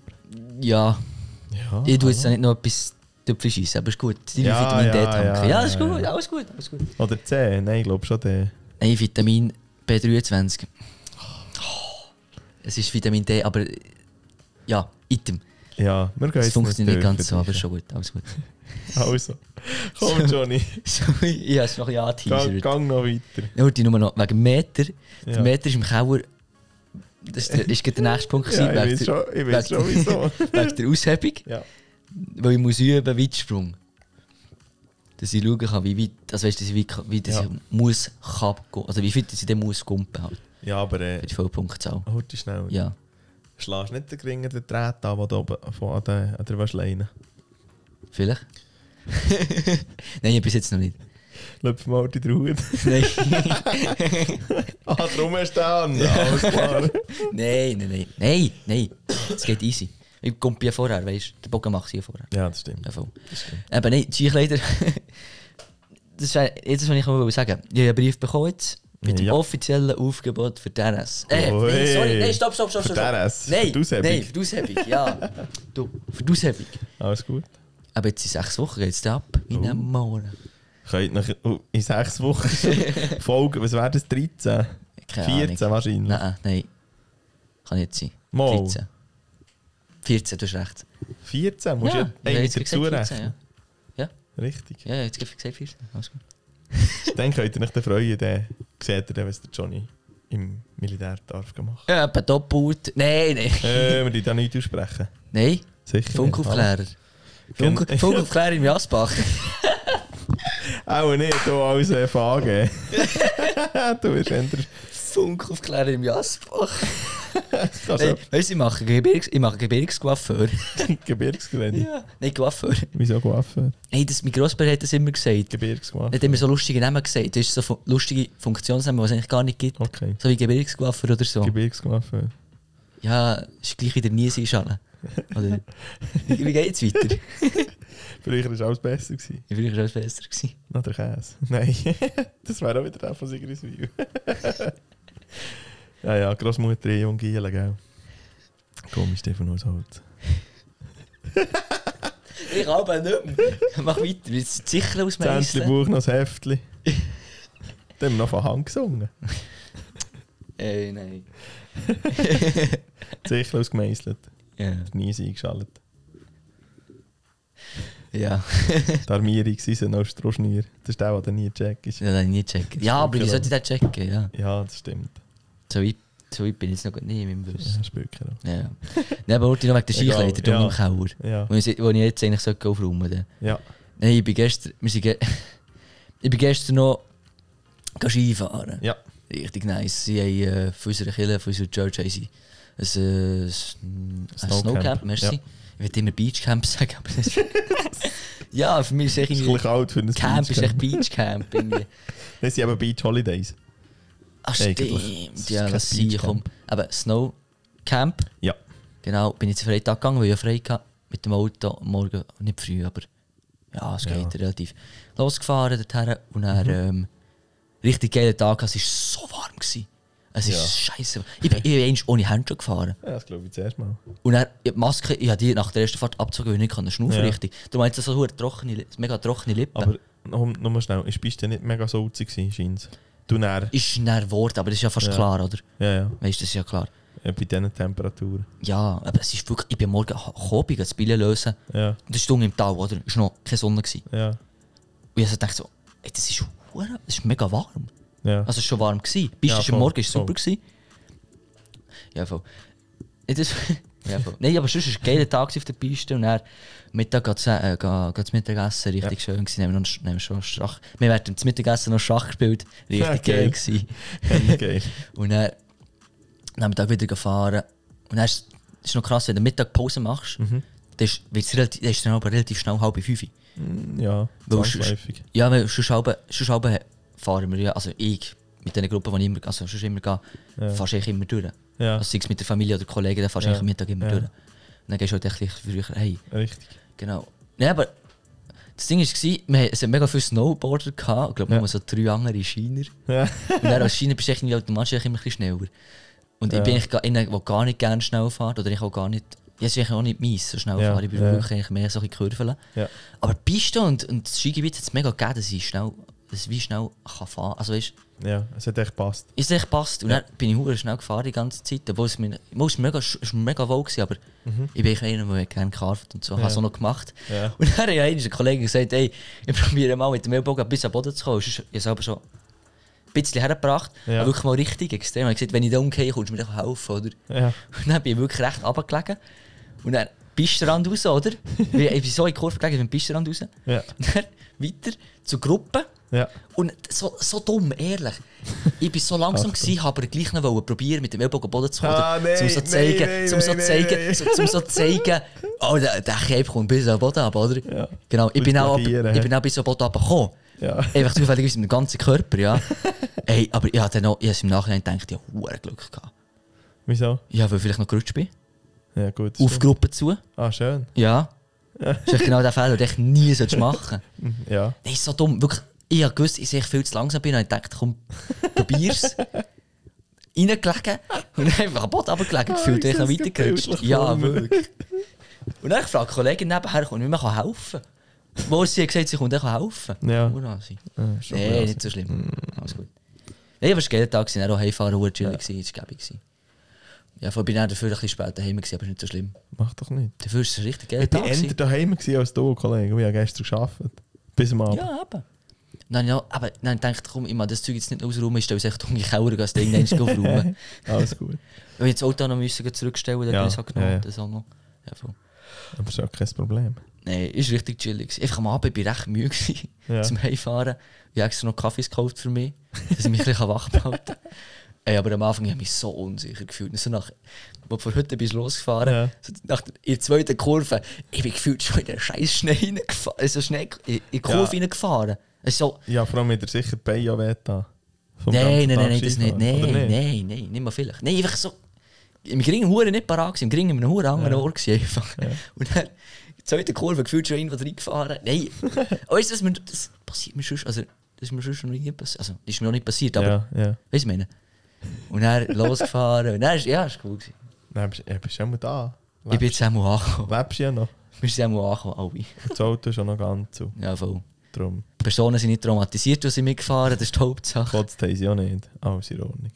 Speaker 1: Ja,
Speaker 2: Ah, Ja,
Speaker 1: ich tue jetzt
Speaker 2: hallo.
Speaker 1: nicht noch etwas Töpfchen schiessen, aber ist gut. Die
Speaker 2: Ja,
Speaker 1: Vitamin D
Speaker 2: ja,
Speaker 1: tanken. Ja,
Speaker 2: ja,
Speaker 1: ist
Speaker 2: ja,
Speaker 1: gut,
Speaker 2: ja.
Speaker 1: alles gut, alles gut.
Speaker 2: Oder C, nein, ich glaube schon der.
Speaker 1: Nein, Vitamin B23. Es ist Vitamin D, aber äh, ja, Item.
Speaker 2: Ja, wir gehen
Speaker 1: Es
Speaker 2: jetzt
Speaker 1: funktioniert nicht
Speaker 2: durch,
Speaker 1: ganz so, aber
Speaker 2: verdammt.
Speaker 1: schon gut, alles gut.
Speaker 2: Also, komm Johnny,
Speaker 1: So, ich habe es noch ein bisschen
Speaker 2: gang,
Speaker 1: angeteasert.
Speaker 2: gang noch weiter.
Speaker 1: Nur die Nummer noch, wegen Meter. Der
Speaker 2: Ja.
Speaker 1: Meter ist im Keller... Das war der, ist gerade der nächste Punkt.
Speaker 2: Ja,
Speaker 1: gewesen,
Speaker 2: ich weiß
Speaker 1: wegen, der,
Speaker 2: schon, ich weiß
Speaker 1: wegen-
Speaker 2: schon wieso.
Speaker 1: wegen der Aushebung.
Speaker 2: Ja.
Speaker 1: Weil ich muss üben, Weitsprung. Dass ich schauen kann, wie weit, also weißt, dass ich, weit, dus wie, dass
Speaker 2: Ja.
Speaker 1: ich muss kann, gehen. also wie weit dass ich dann muss gumpen halt,
Speaker 2: Ja, aber äh,
Speaker 1: für die Vollpunktzahl.
Speaker 2: halt dich schnell.
Speaker 1: Ja.
Speaker 2: Schlägst nicht den geringen den Draht an, den du oben von an der, an der Waschleine
Speaker 1: Vielleicht? Nein, bis jetzt noch nicht.
Speaker 2: Löpf mal die Ruhe.
Speaker 1: Nein,
Speaker 2: ah, drum hast du an. Alles klar.
Speaker 1: nein, nein, nein, nein, nein. Es geht easy. Ich gumpe ja vorher, weißt du, der Bogen macht sie ja vorher.
Speaker 2: ja, das stimmt.
Speaker 1: Ja, voll. Eben, nein, die Skikleider. das wäre jetzt, was ich noch mal sagen wollte. Ich habe einen Brief bekommen jetzt mit dem
Speaker 2: Ja.
Speaker 1: offiziellen Aufgebot für DNS. Äh,
Speaker 2: Oi.
Speaker 1: nein, sorry, nein, stopp, stopp, stopp.
Speaker 2: Für
Speaker 1: stopp, stopp.
Speaker 2: DNS,
Speaker 1: Nein,
Speaker 2: für die Aushebung.
Speaker 1: nein, für die Aushebung, ja. Du, für die Aushebung.
Speaker 2: Alles gut.
Speaker 1: Aber jetzt in sechs Wochen geht es ab, in
Speaker 2: Oh.
Speaker 1: einem Morgen.
Speaker 2: Könnt nach, oh, in sechs Wochen Folge, was wäre das? 13?
Speaker 1: Keine
Speaker 2: 14
Speaker 1: Ahnung.
Speaker 2: wahrscheinlich.
Speaker 1: Nein, nein. Kann nicht sein.
Speaker 2: Mal.
Speaker 1: 14. 14, du hast dus recht.
Speaker 2: 14? Musst du ja,
Speaker 1: ich
Speaker 2: ja,
Speaker 1: habe
Speaker 2: ja
Speaker 1: jetzt
Speaker 2: dazu
Speaker 1: gesagt 14,
Speaker 2: rechnen. Richtig.
Speaker 1: Ja, ja, ja jetzt habe ich gesagt 14. Alles gut.
Speaker 2: Dann könnt ihr euch dann freuen, dann seht ihr, dann, was der Johnny im Militär darf machen.
Speaker 1: Ja, etwa doppelt. Nein, nein.
Speaker 2: äh, wir die da nicht aussprechen.
Speaker 1: Nein.
Speaker 2: Sicher.
Speaker 1: Funkaufklärer. Funk-
Speaker 2: Genau.
Speaker 1: Funkaufklärer im Jasbach.
Speaker 2: Auch nicht, du alles äh, fragen. du bist endlich.
Speaker 1: Funkaufklärer im Jasbach.
Speaker 2: Kannst
Speaker 1: Hey,
Speaker 2: du
Speaker 1: weißt du, ich mache Gebirgs, ich mache Gebirgscoiffeur.
Speaker 2: Gebirgsgelände?
Speaker 1: Nein, Coiffeur.
Speaker 2: Wieso Guaffe?
Speaker 1: Hey, das, mein Grossbär hat das immer gesagt. Er
Speaker 2: Gebirgsgelände.
Speaker 1: hat immer so lustige Namen gesagt. Das ist so fu- lustige Funktionsnamen, die es eigentlich gar nicht gibt.
Speaker 2: Okay.
Speaker 1: So wie Gebirgscoiffeur oder so.
Speaker 2: Gebirgsgelände.
Speaker 1: ja, ist gleich wieder nie sein Schale. Oder? Wie wie geht's weiter?
Speaker 2: Früher war alles besser. Gewesen.
Speaker 1: Ich war früher alles besser. Gewesen.
Speaker 2: Noch der Käse. Nein. das wäre auch wieder der von Sigriswil. ja, ja, Grossmutter, Jung, Giele, gell. Komisch, Stefan aus Holz.
Speaker 1: Ich habe nicht mehr. Mach weiter, jetzt sicher aus
Speaker 2: Zentli
Speaker 1: Meissen.
Speaker 2: Buch noch das Heftli. Dann haben wir noch von Hand gesungen.
Speaker 1: Ey, Äh, nein.
Speaker 2: Sicher ausgemeißelt.
Speaker 1: Ja.
Speaker 2: Nie eingeschaltet.
Speaker 1: ja.
Speaker 2: Die Armierung sind auch Strohschnier. Das ist der, der dann nie checkt. ist.
Speaker 1: Ja, das habe ich nie gecheckt. Ja, aber ich sollte das checken, ja.
Speaker 2: Ja, das stimmt.
Speaker 1: So weit, so weit bin ich jetzt noch nie dus in meinem Bus.
Speaker 2: Ja, spielt keine Rolle.
Speaker 1: Ja. Nein, aber heute noch wegen der
Speaker 2: Egal,
Speaker 1: Skikleider ja.
Speaker 2: ja.
Speaker 1: im Keller.
Speaker 2: Ja,
Speaker 1: Wo ich, se- wo ich jetzt eigentlich sollte aufräumen sollte.
Speaker 2: ja.
Speaker 1: Nein, ich bin gestern... Wir sind ge ich bin gestern noch... gehen Skifahren.
Speaker 2: Ja.
Speaker 1: Richtig nice. Sie haben äh, von unserer Kirche, von unserer Church haben sie ein, äh, s- ein
Speaker 2: Snowcamp.
Speaker 1: Snowcamp, merci.
Speaker 2: Ja.
Speaker 1: Ich würde immer Beachcamp sagen, aber das Ja, für mich ist echt
Speaker 2: Ist ein
Speaker 1: irgendwie...
Speaker 2: bisschen kalt für ein
Speaker 1: Camp ist echt
Speaker 2: Beachcamp.
Speaker 1: Beachcamp irgendwie.
Speaker 2: Das sind eben Beach Holidays.
Speaker 1: Ach
Speaker 2: Eigentlich.
Speaker 1: stimmt,
Speaker 2: Das
Speaker 1: ja,
Speaker 2: ist
Speaker 1: das
Speaker 2: kein
Speaker 1: sehe ich. komm. Aber Snow Camp,
Speaker 2: Ja.
Speaker 1: genau, bin ich zu Freitag gegangen, weil ich ja frei hatte mit dem Auto. Morgen, nicht früh, aber ja, es geht
Speaker 2: Ja. Mhm.
Speaker 1: relativ. Losgefahren dorthin und dann ähm, richtig geiler Tag, gehabt. es war so warm. Gewesen. Es ist
Speaker 2: Ja.
Speaker 1: scheiße. Ich bin, ich bin einst ohne Handschuhe gefahren.
Speaker 2: ja das glaube ich zuerst mal.
Speaker 1: Und dann, ich hab die Maske, ich habe die nach der ersten Fahrt abgezogen, weil ich nicht kann schnaufen
Speaker 2: Ja.
Speaker 1: richtig. Du meinst, so hure trockene, Li- mega trockene Lippen.
Speaker 2: Aber noch, noch mal schnell, ich bist ja nicht mega salzig gewesen, scheint Du näher.
Speaker 1: ist nervös, aber das ist ja fast
Speaker 2: Ja.
Speaker 1: klar, oder?
Speaker 2: Ja, ja.
Speaker 1: Weißt du, das ist ja klar.
Speaker 2: Bei diesen Temperaturen.
Speaker 1: Ja, aber es ist wirklich, ich bin morgen gekommen, ich das Bier lösen.
Speaker 2: Ja,
Speaker 1: Und Das ist dunkel im Tal, oder? Es war noch keine Sonne. Gewesen.
Speaker 2: ja,
Speaker 1: Und ich also dachte so, ey, das ist hure- das ist mega warm.
Speaker 2: ja.
Speaker 1: Also es war schon warm. Gewesen. Bist
Speaker 2: Ja,
Speaker 1: du schon
Speaker 2: voll,
Speaker 1: morgen, ist super.
Speaker 2: voll.
Speaker 1: Gewesen. Ja, voll. Ja, das, ja, voll. Nein, aber sonst war ein geiler Tag auf der Piste und dann Mittag geht's, äh, geht- geht's Mittagessen, richtig schön gewesen. Nehmen wir noch, Sch- nehmen wir schon Schach. Wir werden zum Mittagessen noch Schach gespielt, richtig
Speaker 2: Ja,
Speaker 1: geil
Speaker 2: geil.
Speaker 1: gewesen.
Speaker 2: Okay.
Speaker 1: Und dann am Nachmittag wieder gefahren. Und dann ist es noch krass, wenn du Mittag Pause machst,
Speaker 2: Mhm.
Speaker 1: dann ist, wird's relativ, dann ist dann aber relativ schnell halb fünf.
Speaker 2: Mm, Ja,
Speaker 1: Weil
Speaker 2: zwangsläufig.
Speaker 1: Ja, weil sonst halb, sonst halb fahren wir ja, also ich, mit den Gruppen, die ich immer, also sonst immer gehe,
Speaker 2: Ja.
Speaker 1: fahre ich immer durch.
Speaker 2: Ja,
Speaker 1: Also sei es mit der Familie oder Kollegen, dann fährst du
Speaker 2: Ja.
Speaker 1: eigentlich am Mittag immer
Speaker 2: Ja.
Speaker 1: durch. Und dann gehst du halt echt ein bisschen früher hey.
Speaker 2: richtig.
Speaker 1: Genau. Nein, aber das Ding war, wir, hatten- es hatten mega viele Snowboarder. Gehabt. Ich glaube,
Speaker 2: Ja.
Speaker 1: nur so drei andere Scheiner.
Speaker 2: Ja.
Speaker 1: Und dann als Scheiner bist du irgendwie automatisch immer ein bisschen schneller. Und ich
Speaker 2: Ja.
Speaker 1: bin eigentlich gar- einer, der gar nicht gerne schnell fährt. Oder ich auch gar nicht... Ja, es ist eigentlich auch nicht meins, so schnell
Speaker 2: Ja,
Speaker 1: fahren. Ich bin
Speaker 2: ja.
Speaker 1: wirklich eigentlich mehr so ein bisschen Kurven.
Speaker 2: Ja.
Speaker 1: Aber die Piste und, und das Skigebiet hat es mega gegeben, dass ich schnell... Dass ich wie schnell kann fahren kann. Also weißt,
Speaker 2: ja, es hat echt gepasst.
Speaker 1: ist echt passt. Und dann bin ich hure schnell gefahren die ganze Zeit. Obwohl es mir, obwohl es mega, es war mega wohl war, aber
Speaker 2: Mhm.
Speaker 1: ich bin eigentlich einer, der gerne gearbeitet und so. Ja. Habe es auch noch gemacht.
Speaker 2: Ja.
Speaker 1: Und dann hat ja ein Kollege gesagt, hey, ich probiere mal mit dem Ellbogen bis am Boden zu kommen. Sonst- Ich habe es aber schon ein bisschen hergebracht.
Speaker 2: Ja.
Speaker 1: Aber wirklich mal richtig extrem. Er hat gesagt, wenn ich da umgehe, kommst du mir doch helfen, oder?
Speaker 2: Ja.
Speaker 1: Und dann bin ich wirklich recht runtergelegen. Und dann Pisterrand raus, oder? Weil ich bin so in die Kurve gelegen, ich bin Pisterrand raus.
Speaker 2: Ja.
Speaker 1: Und dann weiter zur Gruppe.
Speaker 2: Ja.
Speaker 1: Und so, so dumm, ehrlich. Ich war so langsam, gewesen, habe aber gleich noch wollen probieren, mit dem Ellbogen am Boden zu kommen.
Speaker 2: Ah, nein,
Speaker 1: zum so
Speaker 2: nein,
Speaker 1: zeigen,
Speaker 2: nein,
Speaker 1: zum so
Speaker 2: nein,
Speaker 1: zeigen,
Speaker 2: nein, nein.
Speaker 1: so- Zum so zeigen, oh, der, der Keib kommt bis am Boden ab, oder?
Speaker 2: Ja.
Speaker 1: Genau, ich
Speaker 2: Bisschen
Speaker 1: bin, auch, ab-
Speaker 2: blockieren,
Speaker 1: ich
Speaker 2: hä?
Speaker 1: bin auch bis am Boden abgekommen.
Speaker 2: Ja.
Speaker 1: Einfach zufällig mit dem ganzen Körper, ja. Ey, aber ich habe noch, ich habe im Nachhinein gedacht, ich habe verdammt Glück gehabt.
Speaker 2: Wieso?
Speaker 1: Ja, weil ich vielleicht noch gerutscht bin.
Speaker 2: Ja, gut.
Speaker 1: Auf Gruppe zu.
Speaker 2: Ah, schön.
Speaker 1: Ja. Das ist echt genau der Fehler, den ich nie solltest machen
Speaker 2: Mhm, Ja.
Speaker 1: Nein, so dumm. Wirklich, ich habe gewusst, ich sehe viel zu langsam bin und ich dachte, komm, probier's. Reingelegen und dann einfach am Boden runtergelegen, gefühlt,
Speaker 2: Ah,
Speaker 1: ich
Speaker 2: ich
Speaker 1: noch
Speaker 2: seh's
Speaker 1: weitergerutscht.
Speaker 2: bildlich
Speaker 1: Ja,
Speaker 2: vor mir.
Speaker 1: wirklich. Und dann habe ich gefragt, die Kollegin nebenher kommt, wie man kann helfen kann. Wo sie hat gesagt, sie kommt dann helfen.
Speaker 2: Ja.
Speaker 1: Urasi.
Speaker 2: Ah, schon
Speaker 1: Nein,
Speaker 2: gut.
Speaker 1: nicht so
Speaker 2: Mm.
Speaker 1: schlimm. Alles gut. Nein, aber es war ein geiler Tag, gewesen, dann auch heimfahren, war chillig, gewesen, es war gäbig. gewesen. Ja, vor allem bin ich dann dafür ein bisschen später daheim, gewesen, aber es ist nicht so schlimm.
Speaker 2: Mach doch nicht.
Speaker 1: Dafür war es ein richtig geiler
Speaker 2: Ich
Speaker 1: Tag.
Speaker 2: war
Speaker 1: gewesen.
Speaker 2: älter daheim gewesen als du, Kollege. Wir haben gestern gearbeitet. Bis am Abend.
Speaker 1: Ja, eben. Nein, ja, aber nein, ich dachte, komm, ich mache das Zeug jetzt nicht ausräumen, ich stelle es echt unter die Keller, gehe das Ding nicht aufräumen.
Speaker 2: Alles gut.
Speaker 1: Wenn ich das Auto noch müssen zurückstellen dann
Speaker 2: Ja,
Speaker 1: bin ich es halt genommen.
Speaker 2: ja, ja.
Speaker 1: Das auch noch. Ja, voll.
Speaker 2: Aber es ist auch kein Problem.
Speaker 1: Nein, ist richtig chillig. gewesen. Einfach am Abend bin ich recht müde gewesen,
Speaker 2: Ja.
Speaker 1: zum Heimfahren. Ich habe extra noch Kaffees gekauft für mich, dass ich mich ein bisschen wach behalten kann. Ey, aber am Anfang habe ich mich so unsicher gefühlt. So nach, wo du von heute bist losgefahren,
Speaker 2: Ja.
Speaker 1: so nach der in der zweiten Kurve, ich bin gefühlt schon in den scheiß Schnee reingefahren, also Schnee, in in die Kurve reingefahren. Also so,
Speaker 2: Ja, vor allem mit der sicher Bayaveta.
Speaker 1: Nein, nein, nein, nein, das nicht.
Speaker 2: Oh,
Speaker 1: Nein, nein, nein, nicht mal vielleicht. Nein, einfach so. Im Geringen Huren nicht parat, gewesen, im Geringen einem Huren anderen Ort gewesen einfach. Und dann, die zweite Kurve, gefühlt schon irgendwo reingefahren. Nein, weißt du, dass mir- das passiert mir schon, also, das ist mir schon noch nie passiert. Also, das ist mir noch nicht passiert, aber,
Speaker 2: Ja, ja.
Speaker 1: weißt du, was ich meine? Und dann losgefahren, und dann ist, ja, ist cool gewesen.
Speaker 2: Nein, bist, ja, bist du auch mal da.
Speaker 1: Ich bin jetzt einmal angekommen.
Speaker 2: Lebst ja noch.
Speaker 1: Wir sind einmal angekommen,
Speaker 2: Und das Auto ist auch noch ganz zu.
Speaker 1: alle. Ja, voll.
Speaker 2: Darum.
Speaker 1: Die Personen sind nicht traumatisiert, die sind mitgefahren, das ist die Hauptsache.
Speaker 2: Kotzt haben sie auch nicht. Alles in Ordnung.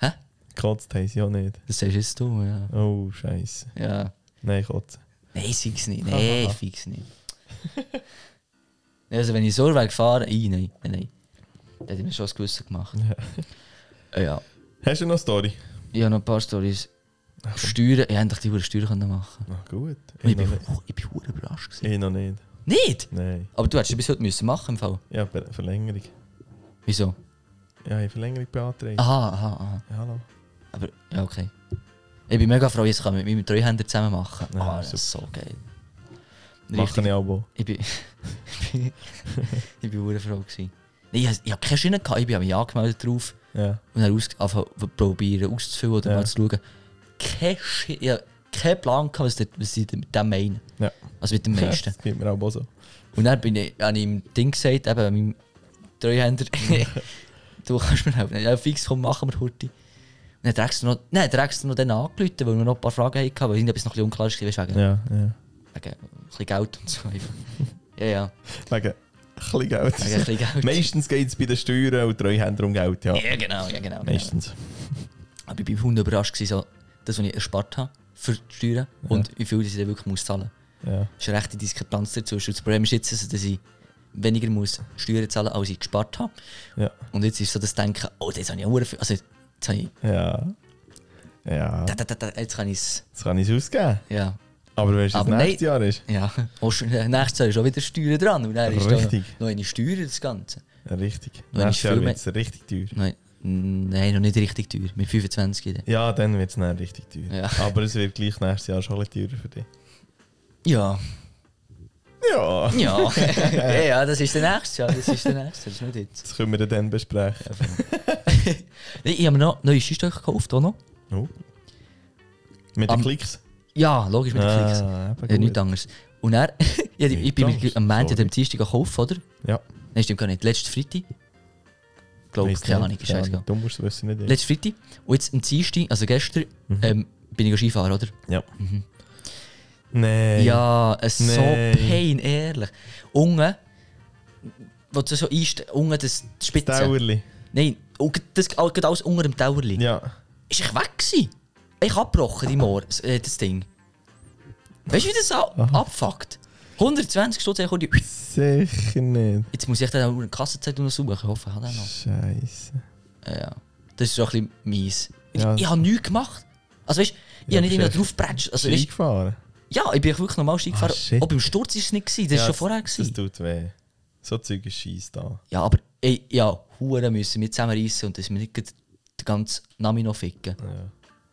Speaker 1: Hä?
Speaker 2: Kotzt haben sie auch nicht.
Speaker 1: Das sagst jetzt du, ja.
Speaker 2: Oh, Scheiße.
Speaker 1: Ja.
Speaker 2: Nein, kotzen.
Speaker 1: Nein, fix nicht.
Speaker 2: Hahaha.
Speaker 1: Nein, fix nicht. Nein, also wenn ich so weit fahre, ei, nein, nein, nein. Das hätte ich mir schon das Gewissen gemacht.
Speaker 2: Ja.
Speaker 1: Äh, ja.
Speaker 2: Hast du noch eine Story?
Speaker 1: Ich habe noch ein paar Storys. Steuern, ich hätte die Steuern können machen
Speaker 2: Na gut.
Speaker 1: können.
Speaker 2: Ich,
Speaker 1: Ich
Speaker 2: noch
Speaker 1: bin
Speaker 2: nicht.
Speaker 1: hu- ich bin hu- überrascht. Gewesen.
Speaker 2: Ich noch nicht.
Speaker 1: Nicht?
Speaker 2: Nein.
Speaker 1: Aber du hättest es bis heute müssen machen im Fall.
Speaker 2: Ja, Ver Verlängerung.
Speaker 1: Wieso?
Speaker 2: Ja, ich habe Verlängerung beantragt.
Speaker 1: Aha, aha, aha.
Speaker 2: Ja, hallo.
Speaker 1: Aber, ja, okay. Ich bin mega froh, jetzt kann ich mit meinem Treuhänder zusammen machen.
Speaker 2: Ja,
Speaker 1: Ah, das ist so geil.
Speaker 2: Mache ich auch.
Speaker 1: Ich bin. ich bin- ich bin hure froh. Gewesen. Nein, ich, ich habe keine Schiene gehabt, ich bin ja angemeldet drauf
Speaker 2: Ja.
Speaker 1: und dann aus, einfach probieren auszufüllen oder
Speaker 2: Ja.
Speaker 1: mal zu schauen. Kein, Schi- ich hab keinen Plan gehabt, was, die- was sie mit dem meinen.
Speaker 2: Ja.
Speaker 1: Also mit dem meisten.
Speaker 2: Das gibt mir auch so.
Speaker 1: Und dann bin ich, habe ich ihm Ding gesagt, eben meinem Treuhänder, du kannst mir helfen. Ja, fix, komm, machen wir Hurti. Und dann trägst du noch, nein, trägst du noch den angelüht, weil wir noch ein paar Fragen hatten, weil irgendetwas noch ein bisschen unklar war, weißt du, wegen,
Speaker 2: Ja, ja.
Speaker 1: wegen ein bisschen Geld und so. einfach. ja, ja,
Speaker 2: Wegen ein bisschen Geld.
Speaker 1: wegen ein bisschen Geld.
Speaker 2: Meistens geht es bei den Steuern und Treuhändern um Geld, ja.
Speaker 1: Ja, genau, ja, genau. genau.
Speaker 2: Meistens.
Speaker 1: Aber ich war Hund überrascht, gewesen, so, das, was ich erspart habe für die Steuern und wie viel dass ich dann wirklich muss zahlen muss.
Speaker 2: Ja.
Speaker 1: Es ist eine rechte Diskrepanz dazwischen. Und Das Problem ist jetzt, also, dass ich weniger muss Steuern zahlen als ich gespart habe.
Speaker 2: Ja.
Speaker 1: Und jetzt ist so das Denken, oh, jetzt habe ich auch verdammt viel. Also, jetzt habe ich
Speaker 2: Ja. Ja,
Speaker 1: Da, da, da, da, jetzt kann ich es.
Speaker 2: das kann ich ausgeben.
Speaker 1: Ja.
Speaker 2: Aber wenn es
Speaker 1: Aber
Speaker 2: nächstes Jahr ist,
Speaker 1: ja. Und schon- äh, nächstes Jahr ist auch wieder Steuern dran. Und dann ist da
Speaker 2: Richtig.
Speaker 1: noch- noch eine Steuer, das Ganze.
Speaker 2: richtig.
Speaker 1: Dann ist
Speaker 2: Nächstes Jahr
Speaker 1: viel
Speaker 2: wird es richtig teuer.
Speaker 1: Nein, nein, noch nicht richtig teuer. Mit 25 dann.
Speaker 2: Ja, dann wird es dann richtig teuer.
Speaker 1: Ja.
Speaker 2: Aber es wird gleich nächstes Jahr schon ein bisschen teurer für dich.
Speaker 1: Ja.
Speaker 2: Ja,
Speaker 1: Ja. ja, ja, das ist der nächste Jahr. Das ist der nächste, das ist nicht jetzt.
Speaker 2: das können wir dann besprechen.
Speaker 1: Nee, ich habe mir noch neue Skistöcke gekauft, auch noch.
Speaker 2: Oh. Mit
Speaker 1: Am-
Speaker 2: den Klicks.
Speaker 1: Ja, logisch mit den Klicks.
Speaker 2: Ah, eben
Speaker 1: Ja,
Speaker 2: gut.
Speaker 1: nichts anderes. Und er, ja, ich, ich bin
Speaker 2: Nichts
Speaker 1: am
Speaker 2: anderes,
Speaker 1: Montag, am Dienstag gekauft, oder?
Speaker 2: Ja.
Speaker 1: Nein, stimmt gar nicht. Letzte Freitag. Glaube ich,
Speaker 2: Weiss
Speaker 1: keine
Speaker 2: nicht,
Speaker 1: Ahnung, ist
Speaker 2: keine
Speaker 1: scheißegal.
Speaker 2: Ahnung. Du musst es wissen, nicht ich.
Speaker 1: Letzte Freitag. Und jetzt am Dienstag, also gestern,
Speaker 2: Mhm.
Speaker 1: ähm, bin ich Skifahren, oder?
Speaker 2: Ja.
Speaker 1: Mhm.
Speaker 2: Nein.
Speaker 1: Ja, es ist so
Speaker 2: Nein.
Speaker 1: pain, ehrlich. Unten, wo du so einst, unten das die Spitze.
Speaker 2: Dauerli.
Speaker 1: Nein, und gerade das geht alles unter dem Tauerli.
Speaker 2: Ja.
Speaker 1: Ist ich weg gewesen? Ich hab abgebrochen, die Moor, s- äh, das Ding. Weißt du, wie das a- abfuckt? 120 Stutz, ich die...
Speaker 2: Sicher nicht.
Speaker 1: Jetzt muss ich dann auch eine Kassenzeit noch suchen, ich hoffe, ich habe den noch.
Speaker 2: Scheiße.
Speaker 1: Äh, ja. Das ist so ein bisschen mies. Ich,
Speaker 2: Ja.
Speaker 1: ich habe nichts gemacht. Also weißt du, ich
Speaker 2: Ja,
Speaker 1: habe nicht
Speaker 2: bist
Speaker 1: irgendwie draufgebratscht. Also,
Speaker 2: Ski
Speaker 1: weißt,
Speaker 2: gefahren.
Speaker 1: ja, ich bin wirklich normal Ski gefahren.
Speaker 2: shit.
Speaker 1: Ob im Sturz war es nicht, gewesen, das war
Speaker 2: Ah, Ja,
Speaker 1: schon vorher.
Speaker 2: Das
Speaker 1: Gewesen.
Speaker 2: tut weh. So Zeug ist scheiße da.
Speaker 1: Ja, aber ey, ja, Huren müssen wir zusammenreißen und dass wir nicht gleich den ganzen Namen noch ficken.
Speaker 2: Ja.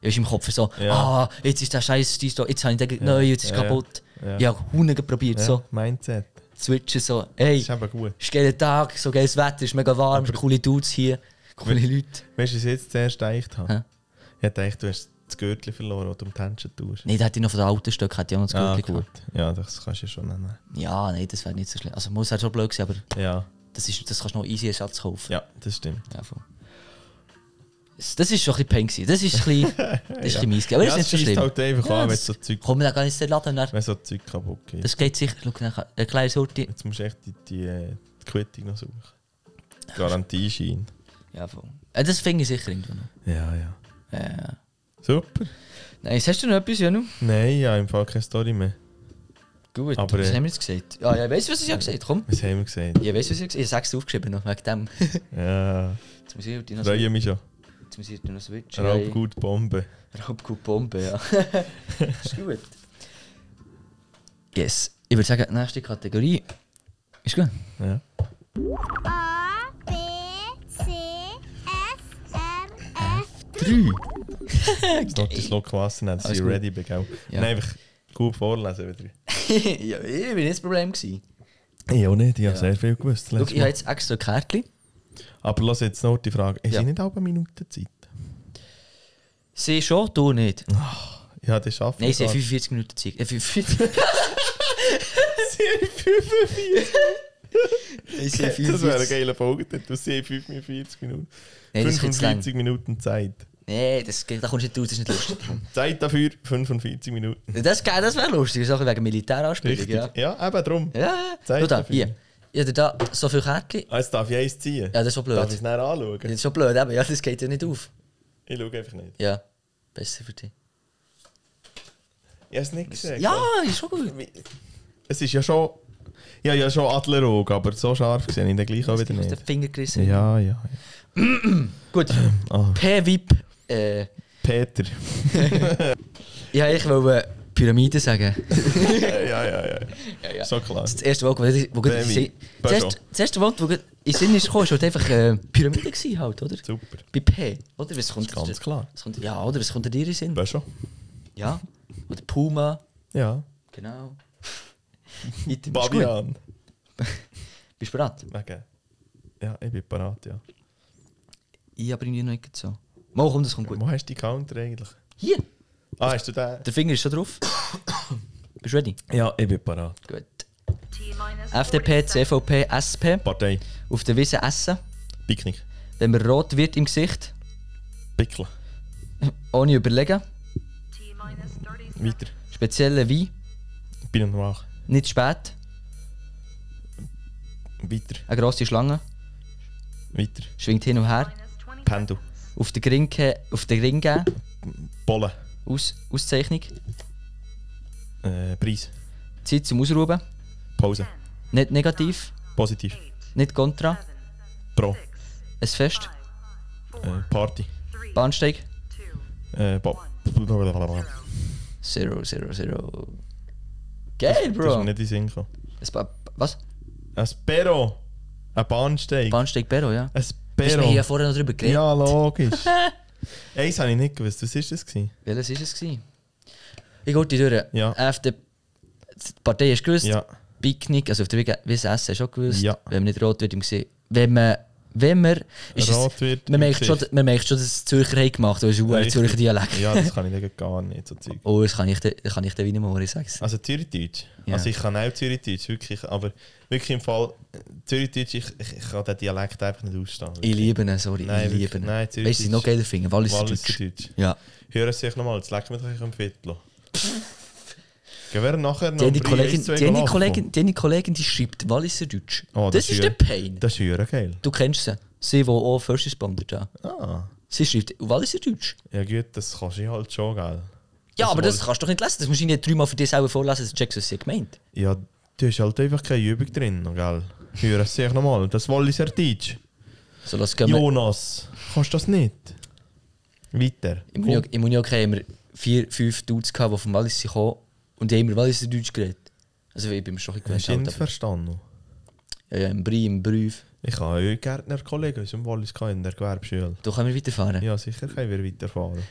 Speaker 1: Ja, ist im Kopf so,
Speaker 2: Ja.
Speaker 1: ah, jetzt ist der scheiß Dienst da, jetzt habe ich den ja.
Speaker 2: Ja.
Speaker 1: neu, jetzt ist
Speaker 2: Ja, ja.
Speaker 1: kaputt.
Speaker 2: Ja.
Speaker 1: Ja, Huren probiert,
Speaker 2: Ja,
Speaker 1: so,
Speaker 2: Mindset.
Speaker 1: switchen, so, ey,
Speaker 2: Ist eben gut.
Speaker 1: ist geiler Tag, so geiles Wetter, ist mega warm, ist coole Dudes hier, coole Leute.
Speaker 2: Weißt du, was ich jetzt zuerst gedacht habe?
Speaker 1: Hä?
Speaker 2: Ich habe gedacht, du hast das Gürtel verloren, das du am Tänzen tust.
Speaker 1: Nein, da hätte ich noch von den alten Stöcken, hätte ich auch noch das
Speaker 2: ah,
Speaker 1: Gürtel
Speaker 2: gut.
Speaker 1: gehabt.
Speaker 2: Ja, das kannst du schon nennen.
Speaker 1: Ja, nein, das wäre nicht so schlimm. Also, muss halt schon blöd sein, aber
Speaker 2: Ja,
Speaker 1: das, ist, das kannst du noch easy Ersatz kaufen.
Speaker 2: ja das stimmt.
Speaker 1: Ja, voll. Das das ist schon ein bisschen pain gewesen. Das ist ein bisschen, das ist ein bisschen mies gewesen. Aber das ist
Speaker 2: ja,
Speaker 1: nicht so
Speaker 2: scheisst
Speaker 1: schlimm.
Speaker 2: halt einfach
Speaker 1: Ja,
Speaker 2: an, wenn
Speaker 1: das-
Speaker 2: so Zeug,
Speaker 1: Kommen wir dann gar nicht in den Laden und dann-
Speaker 2: wenn so Zeug kaputt geht.
Speaker 1: Das geht sicher. Schau, dann ein kleines Hurti.
Speaker 2: Jetzt musst du echt die, die, äh, die Quittung noch suchen. Garantieschein.
Speaker 1: Ja, voll. Äh, Das finde ich sicher irgendwo noch.
Speaker 2: Ja, ja.
Speaker 1: Ja.
Speaker 2: Super.
Speaker 1: Nein, hast du noch etwas, Janu?
Speaker 2: Nein, ja, im Fall keine Story mehr.
Speaker 1: Gut,
Speaker 2: Aber,
Speaker 1: was
Speaker 2: äh,
Speaker 1: haben wir jetzt gesagt? Ah, Ja, ja, weißt du, was ich ja gesagt habe? Komm.
Speaker 2: Was haben wir gesagt?
Speaker 1: Ja, weißt du, was ich gesagt habe? Ich habe es aufgeschrieben noch, wegen dem.
Speaker 2: Ja,
Speaker 1: Jetzt muss ich heute noch,
Speaker 2: freue mich schon.
Speaker 1: jetzt muss ich heute noch switchen.
Speaker 2: Raubgut Bombe.
Speaker 1: Raubgut Bombe, ja. ist gut. Yes. Ich würde sagen, nächste Kategorie. Ist gut.
Speaker 2: Ja.
Speaker 3: A, B, C, S, R, F.
Speaker 1: Drei.
Speaker 2: Das Not ist noch klasse, dann sind
Speaker 1: Alles
Speaker 2: sie
Speaker 1: gut.
Speaker 2: ready, bin, gell?
Speaker 1: Ja.
Speaker 2: Nein, einfach gut vorlesen wieder.
Speaker 1: ja, ich bin nicht das Problem. Gewesen.
Speaker 2: Ich auch nicht, ich habe
Speaker 1: Ja.
Speaker 2: sehr viel gewusst.
Speaker 1: Schau,
Speaker 2: letztes
Speaker 1: ich habe
Speaker 2: Mal.
Speaker 1: jetzt extra Kärtchen.
Speaker 2: Aber lass jetzt noch die Frage. Ist
Speaker 1: Ja.
Speaker 2: ja. nicht halbe Minute Zeit?
Speaker 1: Sie schon, du nicht.
Speaker 2: Ja, das schaffe
Speaker 1: Nein,
Speaker 2: ich.
Speaker 1: sie haben
Speaker 2: gar
Speaker 1: 45
Speaker 2: nicht.
Speaker 1: Minuten Zeit. Äh, 45. Nein, sie haben
Speaker 2: Das wäre eine
Speaker 1: 45.
Speaker 2: geile Folge, dort. du siehst 45 Minuten.
Speaker 1: Nein, das ist jetzt lang.
Speaker 2: 45 Minuten Zeit.
Speaker 1: Nein, das, geht- da kommst du nicht raus, das ist nicht lustig.
Speaker 2: Zeit dafür 45 Minuten.
Speaker 1: Das, geht- das wäre lustig, so ein bisschen wegen Militäranspielung,
Speaker 2: Richtig. Ja,
Speaker 1: ja.
Speaker 2: eben drum.
Speaker 1: Ja,
Speaker 2: Zeig
Speaker 1: Schau da,
Speaker 2: dafür.
Speaker 1: hier. Ich habe da so viele Kärtchen.
Speaker 2: Ah, jetzt darf ich eins ziehen.
Speaker 1: Ja, das ist schon blöd.
Speaker 2: Darf ich es näher anschauen?
Speaker 1: Das ist schon blöd, aber ja, das geht ja nicht auf.
Speaker 2: Ich schaue einfach nicht.
Speaker 1: Ja, besser für dich.
Speaker 2: Ich habe es nicht gesehen.
Speaker 1: Ja, ist schon gut.
Speaker 2: Es ist ja schon. Ich habe ja schon Adlerauge, aber so scharf gesehen in der gleich auch
Speaker 1: Ich
Speaker 2: wieder
Speaker 1: habe den
Speaker 2: nicht.
Speaker 1: Finger gerissen.
Speaker 2: Ja, ja. ja.
Speaker 1: Gut.
Speaker 2: Ah,
Speaker 1: P-Wip. Äh,
Speaker 2: Peter.
Speaker 1: ja, ich wollte Pyramide sagen.
Speaker 2: ja, ja, ja, ja. So klar.
Speaker 1: Das erste Wort, das wo gerade in
Speaker 2: Baby.
Speaker 1: Sinn- das
Speaker 2: Peugeot.
Speaker 1: erste- das erste Wort, das gerade in den Sinn ist gekommen, ist halt einfach äh, Pyramide gewesen halt, oder?
Speaker 2: Super.
Speaker 1: Bei P, oder? Was kommt
Speaker 2: Ist ganz
Speaker 1: das-
Speaker 2: klar.
Speaker 1: Was kommt, ja, oder? Was kommt dir in den Sinn?
Speaker 2: Weißt schon?
Speaker 1: Ja. Oder Puma,
Speaker 2: Ja.
Speaker 1: genau. Item, ist gut.
Speaker 2: Babian.
Speaker 1: Bist du bereit?
Speaker 2: Okay. Ja, ich bin parat, ja.
Speaker 1: Ich aber irgendwie noch nicht so. Mal komm, das kommt gut.
Speaker 2: Wo hast du die Counter eigentlich?
Speaker 1: Hier,
Speaker 2: Ah, hast du den?
Speaker 1: der Finger ist schon drauf. Bist du ready?
Speaker 2: Ja, ich bin parat.
Speaker 1: Gut. FDP, CVP, SP.
Speaker 2: Partei.
Speaker 1: Auf der Wiese essen.
Speaker 2: Picknick.
Speaker 1: Wenn man rot wird im Gesicht,
Speaker 2: Pickel.
Speaker 1: ohne überlegen.
Speaker 2: Weiter.
Speaker 1: Spezielle Wein,
Speaker 2: Bin noch
Speaker 1: nicht spät.
Speaker 2: Weiter.
Speaker 1: Eine grosse Schlange,
Speaker 2: Weiter.
Speaker 1: schwingt hin und her.
Speaker 2: Pendel.
Speaker 1: Auf der Grinke, auf der Gringe,
Speaker 2: Pollen.
Speaker 1: Aus, Auszeichnung.
Speaker 2: Äh, Preis.
Speaker 1: Zeit zum Ausruhen.
Speaker 2: Pause.
Speaker 1: Nicht negativ,
Speaker 2: Positiv.
Speaker 1: nicht kontra.
Speaker 2: Pro.
Speaker 1: Ein Fest,
Speaker 2: Äh, Party.
Speaker 1: Bahnsteig,
Speaker 2: Äh, Bob.
Speaker 1: Zero, zero, zero. Geil,
Speaker 2: Das ist mir
Speaker 1: Bro.
Speaker 2: nicht in den Sinn gekommen.
Speaker 1: Es ba- was?
Speaker 2: Ein Spero. Ein Bahnsteig.
Speaker 1: Bahnsteig Perro, ja.
Speaker 2: ein
Speaker 1: Wir haben
Speaker 2: Spero.
Speaker 1: ja vorher noch drüber geredet.
Speaker 2: Äh, Ja, logisch. Eins habe ich nicht gewusst. Was war das? Gewesen?
Speaker 1: Welches war es? Gewesen? Ich gehe die durch.
Speaker 2: Ja.
Speaker 1: AfD, die Partei hast du gewusst.
Speaker 2: Ja.
Speaker 1: Picknick, also auf der Weg, wie es essen, hast du auch gewusst.
Speaker 2: Ja.
Speaker 1: Wenn man nicht rot wird im Gesicht. Wenn man. Wenn man. Ist
Speaker 2: Rot
Speaker 1: es,
Speaker 2: wird
Speaker 1: man,
Speaker 2: im
Speaker 1: merkt schon,
Speaker 2: Gesicht.
Speaker 1: man merkt schon, dass es Zürcher haben gemacht haben. Das ist ein
Speaker 2: Richtig.
Speaker 1: Zürcher Dialekt.
Speaker 2: Ja, das kann ich nicht- gar nicht so Zeug.
Speaker 1: Oh, das kann ich dir kann ich dir wieder mal sagen.
Speaker 2: Also Zürichdeutsch.
Speaker 1: Ja.
Speaker 2: Also ich kann auch Zürichdeutsch, wirklich. Aber wirklich im Fall äh, Zürichdeutsch, ich, ich, ich kann den Dialekt einfach nicht ausstehen.
Speaker 1: Ich liebe ihn, sorry.
Speaker 2: Nein,
Speaker 1: ich
Speaker 2: wirklich,
Speaker 1: liebe ihn.
Speaker 2: nein,
Speaker 1: weißt du,
Speaker 2: Zürich
Speaker 1: was ich noch
Speaker 2: ist-
Speaker 1: geiler finde? Walliser
Speaker 2: Walliser
Speaker 1: Deutsch.
Speaker 2: Deutsch.
Speaker 1: Ja.
Speaker 2: Hören Sie sich nochmal, jetzt lecken wir doch ein Viertel. Gehen wir nachher noch
Speaker 1: Die eine
Speaker 2: um drei,
Speaker 1: Kollegin,
Speaker 2: eins, zwei
Speaker 1: die eine
Speaker 2: Golafo.
Speaker 1: Kollegin, die eine Kollegin, die schreibt Walliser Deutsch.
Speaker 2: Oh,
Speaker 1: das,
Speaker 2: das
Speaker 1: ist
Speaker 2: ist
Speaker 1: der
Speaker 2: ja-
Speaker 1: Pain.
Speaker 2: Das ist höher geil.
Speaker 1: Du kennst sie. Sie, die auch First Responder da.
Speaker 2: Ah.
Speaker 1: Sie schreibt Walliser Deutsch.
Speaker 2: Ja gut, das kannst du halt schon, gell?
Speaker 1: Ja,
Speaker 2: Das
Speaker 1: aber
Speaker 2: Wallis-
Speaker 1: das kannst du doch nicht lesen. Das musst du nicht dreimal für dich selber vorlesen, dass du checkst, was sie gemeint
Speaker 2: Ja, du hast halt einfach keine Übung drin, gell? Hören Sie sich nochmal, das Walliser Deutsch.
Speaker 1: So, lass gehen. wir-
Speaker 2: Jonas, kannst du das nicht? Weiter.
Speaker 1: Im Uniok- Im Uniok haben wir vier, fünf Dudes gehabt, die vom Wallis sind gekommen und die haben immer Walliser Deutsch geredet. Also, ich bin mir schon ein
Speaker 2: Hast du
Speaker 1: bisschen
Speaker 2: ihn
Speaker 1: gewöhnt.
Speaker 2: nicht
Speaker 1: aber-
Speaker 2: verstanden?
Speaker 1: Ja, ja, im Brief, im Brief.
Speaker 2: Ich habe einen Gärtnerkollegen aus dem Wallis gehabt in der Gewerbeschule.
Speaker 1: Da können wir weiterfahren.
Speaker 2: Ja, sicher können wir weiterfahren.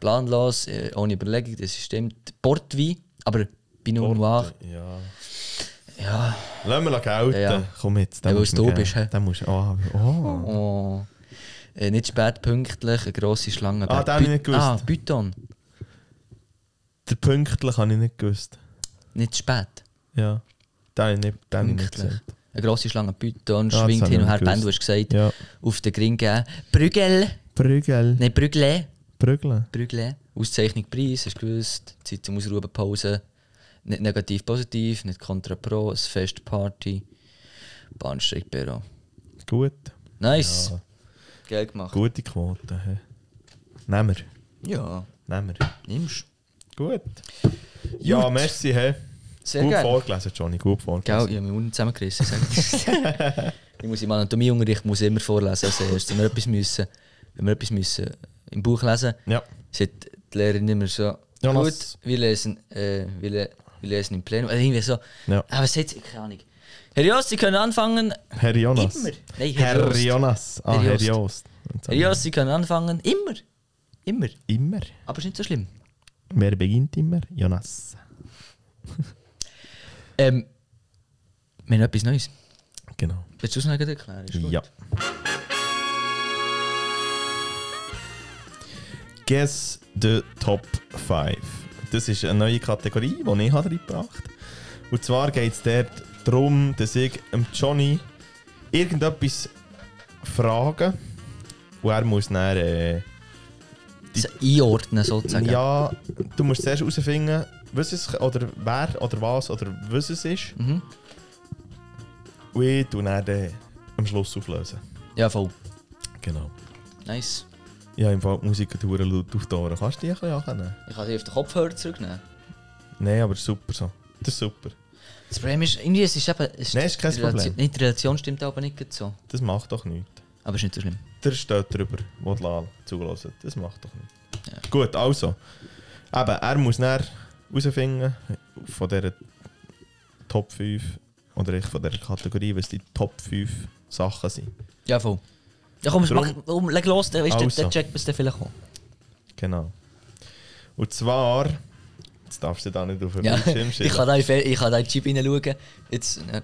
Speaker 1: planlos, äh, ohne Überlegung, das stimmt. Portwein, aber Pinot Noir,
Speaker 2: Ja.
Speaker 1: ja.
Speaker 2: Lass mal gelten.
Speaker 1: Ja, ja.
Speaker 2: Komm jetzt.
Speaker 1: Ja, weil
Speaker 2: musst
Speaker 1: es du
Speaker 2: mir geben.
Speaker 1: bist, hä?
Speaker 2: Den musst du... Ah, oh.
Speaker 1: Oh. Äh, nicht spät pünktlich, eine grosse Schlange.
Speaker 2: Ah,
Speaker 1: bei-
Speaker 2: den hab ich
Speaker 1: Bü-
Speaker 2: nicht gewusst.
Speaker 1: Ah, Python,
Speaker 2: Der Pünktlich habe ich nicht gewusst.
Speaker 1: nicht spät,
Speaker 2: Ja. Den habe ich nicht, den habe ich nicht
Speaker 1: pünktlich.
Speaker 2: gesehen.
Speaker 1: Eine grosse Schlange, Python,
Speaker 2: das
Speaker 1: schwingt
Speaker 2: hab ich
Speaker 1: hin und
Speaker 2: nicht
Speaker 1: her, Ben, du hast
Speaker 2: gewusst.
Speaker 1: gesagt,
Speaker 2: liksom. Ja.
Speaker 1: auf den Grin geben. Brügel,
Speaker 2: Prügel.
Speaker 1: nein, Brügle,
Speaker 2: Prügeln.
Speaker 1: Brügle, Auszeichnung Preis, hast du gewusst, Zeit zum Ausruhen, Pause. Nicht negativ, positiv, nicht kontra pro, es Fest, Party, Bahnstreik, Büro.
Speaker 2: Gut.
Speaker 1: Nice,
Speaker 2: Ja.
Speaker 1: geil gemacht.
Speaker 2: Gute Quote. hä? Nehmen wir.
Speaker 1: Ja,
Speaker 2: Nehmen wir.
Speaker 1: nimmst
Speaker 2: Gut. Ja,
Speaker 1: Gut.
Speaker 2: merci. hä?
Speaker 1: Sehr
Speaker 2: Gut
Speaker 1: gerne.
Speaker 2: vorgelesen, Johnny. Gut
Speaker 1: Gell,
Speaker 2: vorgelesen.
Speaker 1: ich habe mich unten zusammengerissen. sag ich. ich muss im Anatomieunterricht muss ich immer vorlesen als erstes. Wenn wir etwas müssen, wenn wir etwas müssen im Buch lesen,
Speaker 2: Ja.
Speaker 1: sagt die Lehrerin immer so,
Speaker 2: Jonas.
Speaker 1: gut, wir lesen, äh, wir, le wir lesen im Plenum. Oder irgendwie so,
Speaker 2: Ja.
Speaker 1: aber sagt sie, keine Ahnung. Herr Jost, Sie können anfangen.
Speaker 2: Herr Jonas.
Speaker 1: Immer. Nein, Herr
Speaker 2: Herr
Speaker 1: Jost.
Speaker 2: Jonas. Ah,
Speaker 1: Herr
Speaker 2: Herr
Speaker 1: Jost.
Speaker 2: Jost.
Speaker 1: Herr Jost, Sie können anfangen. Immer. Immer.
Speaker 2: Immer.
Speaker 1: Aber ist nicht so schlimm.
Speaker 2: Wer beginnt immer? Jonas.
Speaker 1: Ähm, wir haben etwas Neues.
Speaker 2: Genau.
Speaker 1: Willst du es noch gleich erklären? Ist gut.
Speaker 2: Ja. Guess the Top 5. Das ist eine neue Kategorie, die ich habe reingebracht habe. Und zwar geht es dort darum, dass ich dem Johnny irgendetwas frage und er muss dann... Äh,
Speaker 1: So einordnen sozusagen.
Speaker 2: ja, du musst zuerst herausfinden, was es oder wer oder was oder was es ist.
Speaker 1: Mhm.
Speaker 2: Und ich tue dann äh, am Schluss auflösen.
Speaker 1: ja, voll.
Speaker 2: Genau.
Speaker 1: Nice.
Speaker 2: Ja, im Fall die Musik hat verdammt laut auf die Ohren. Kannst du die ein bisschen ankennen?
Speaker 1: Ich kann sie auf den Kopfhörer zurücknehmen.
Speaker 2: Nein, aber super so. Das ist super.
Speaker 1: Das Problem ist, irgendwie es ist eben... Es
Speaker 2: Nein, ist kein
Speaker 1: die Relation-
Speaker 2: Problem.
Speaker 1: Nein, die Relation stimmt aber nicht gerade so.
Speaker 2: Das macht doch nichts.
Speaker 1: Aber ist nicht so schlimm.
Speaker 2: Der steht drüber, wo die Lal zulässt. Das macht doch nichts.
Speaker 1: Ja.
Speaker 2: Gut, also. Eben, er muss näher herausfinden von dieser Top 5 oder ich von dieser Kategorie, was die Top 5 Sachen sind.
Speaker 1: Ja, voll. Ja komm,
Speaker 2: Drum-
Speaker 1: mach, komm leg los, dann, weißt du,
Speaker 2: Also.
Speaker 1: dann checkt man es dann vielleicht auch.
Speaker 2: Genau. Und zwar. Jetzt darfst du da nicht auf den
Speaker 1: Ja.
Speaker 2: Bildschirm
Speaker 1: Ich
Speaker 2: schieben.
Speaker 1: kann da in Fe- ich kann da in den Chip hineinschauen. Jetzt... Äh,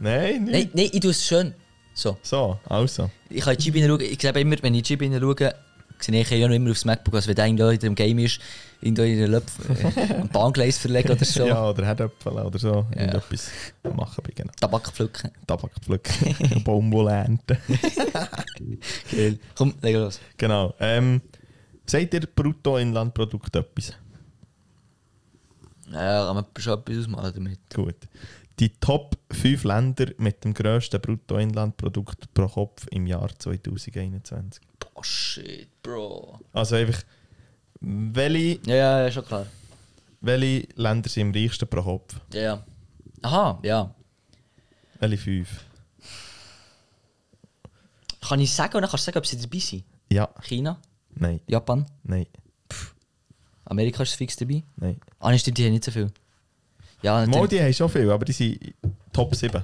Speaker 2: Nein, nicht.
Speaker 1: nein, nein, ich tue es schön. So.
Speaker 2: So, also.
Speaker 1: Ich kann in den Chip hineinschauen. Ich sehe immer, wenn ich in den Chip hineinschaue, sehe ich ja noch immer aufs MacBook, als wenn irgendwo in dem Game ist, irgendwo in einem Löpf... Äh, am Bahngleis verlegen oder so.
Speaker 2: Ja, oder Herdöpfel oder so.
Speaker 1: Ja.
Speaker 2: Irgendetwas machen bin, genau.
Speaker 1: Tabak pflücken.
Speaker 2: Tabak pflücken, Baumwolle ernten.
Speaker 1: Geil. Komm, leg los.
Speaker 2: Genau. Ähm, sagt ihr Bruttoinlandprodukt etwas?
Speaker 1: Ja, kann man schon etwas ausmalen damit.
Speaker 2: Gut. Die Top 5 Länder mit dem grössten Bruttoinlandprodukt pro Kopf im Jahr 2021.
Speaker 1: Boah, shit, Bro.
Speaker 2: Also einfach, welche,
Speaker 1: Ja, ja, ja, schon klar.
Speaker 2: welche Länder sind am reichsten pro Kopf?
Speaker 1: Ja, ja. Aha, ja.
Speaker 2: Welche 5?
Speaker 1: Kann ich sagen und dann kannst du sagen, ob sie dabei sind?
Speaker 2: Ja,
Speaker 1: China,
Speaker 2: Nein,
Speaker 1: Japan?
Speaker 2: nein,
Speaker 1: Amerika ist fix dabei?
Speaker 2: nein.
Speaker 1: Ah, nein, stimmt, die haben nicht so viel. Ja,
Speaker 2: Mal, die haben schon viel, aber die sind Top 7.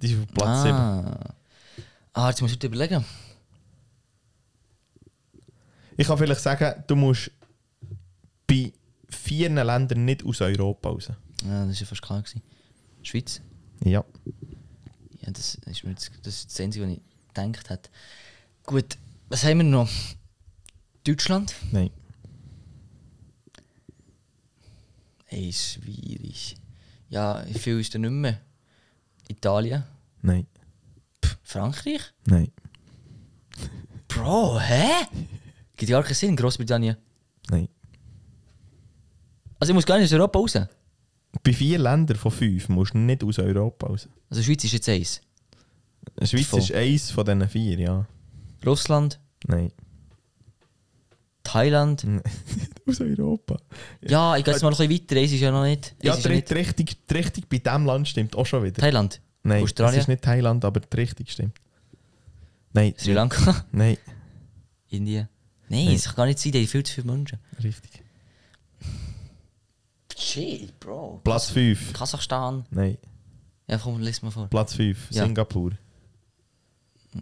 Speaker 2: Die sind auf Platz 7.
Speaker 1: ah. ah, jetzt muss ich überlegen.
Speaker 2: Ich kann vielleicht sagen, du musst bei vier Ländern nicht aus Europa raus.
Speaker 1: Ja, das war ja fast klar. Gewesen. Schweiz?
Speaker 2: Ja.
Speaker 1: Ja, das ist, mir jetzt, das ist das Einzige, was ich gedacht hätte. Gut, was haben wir noch? Deutschland?
Speaker 2: Nein.
Speaker 1: Ey, schwierig. Ja, viel ist da nicht mehr. Italien?
Speaker 2: Nein.
Speaker 1: Pff, Frankreich?
Speaker 2: Nein.
Speaker 1: Bro, hä? Gibt ja gar keinen Sinn, Großbritannien.
Speaker 2: Nein.
Speaker 1: Also ich muss gar nicht aus Europa raus.
Speaker 2: Bei vier Ländern von fünf musst du nicht aus Europa raus.
Speaker 1: Also Schweiz ist jetzt eins.
Speaker 2: Die Schweiz
Speaker 1: Voll.
Speaker 2: ist eins von diesen vier, ja.
Speaker 1: Russland,
Speaker 2: Nein.
Speaker 1: Thailand.
Speaker 2: aus Europa.
Speaker 1: Ja, ich gehe jetzt mal noch ein bisschen weiter. Es ist ja noch nicht.
Speaker 2: Ja,
Speaker 1: es ist
Speaker 2: die,
Speaker 1: ja nicht.
Speaker 2: die, Richtung, die Richtung bei diesem Land stimmt auch schon wieder.
Speaker 1: Thailand,
Speaker 2: Nein,
Speaker 1: Australien?
Speaker 2: es ist nicht Thailand, aber die Richtung stimmt. Nein,
Speaker 1: Sri Lanka,
Speaker 2: nein,
Speaker 1: Indien. Nein,
Speaker 2: Nein.
Speaker 1: es kann nicht sein, da haben viel zu viele Menschen.
Speaker 2: richtig.
Speaker 1: Shit, Bro.
Speaker 2: Platz 5.
Speaker 1: Kasachstan.
Speaker 2: Nein,
Speaker 1: Ja, komm, lies mal vor.
Speaker 2: Platz 5,
Speaker 1: Ja.
Speaker 2: Singapur.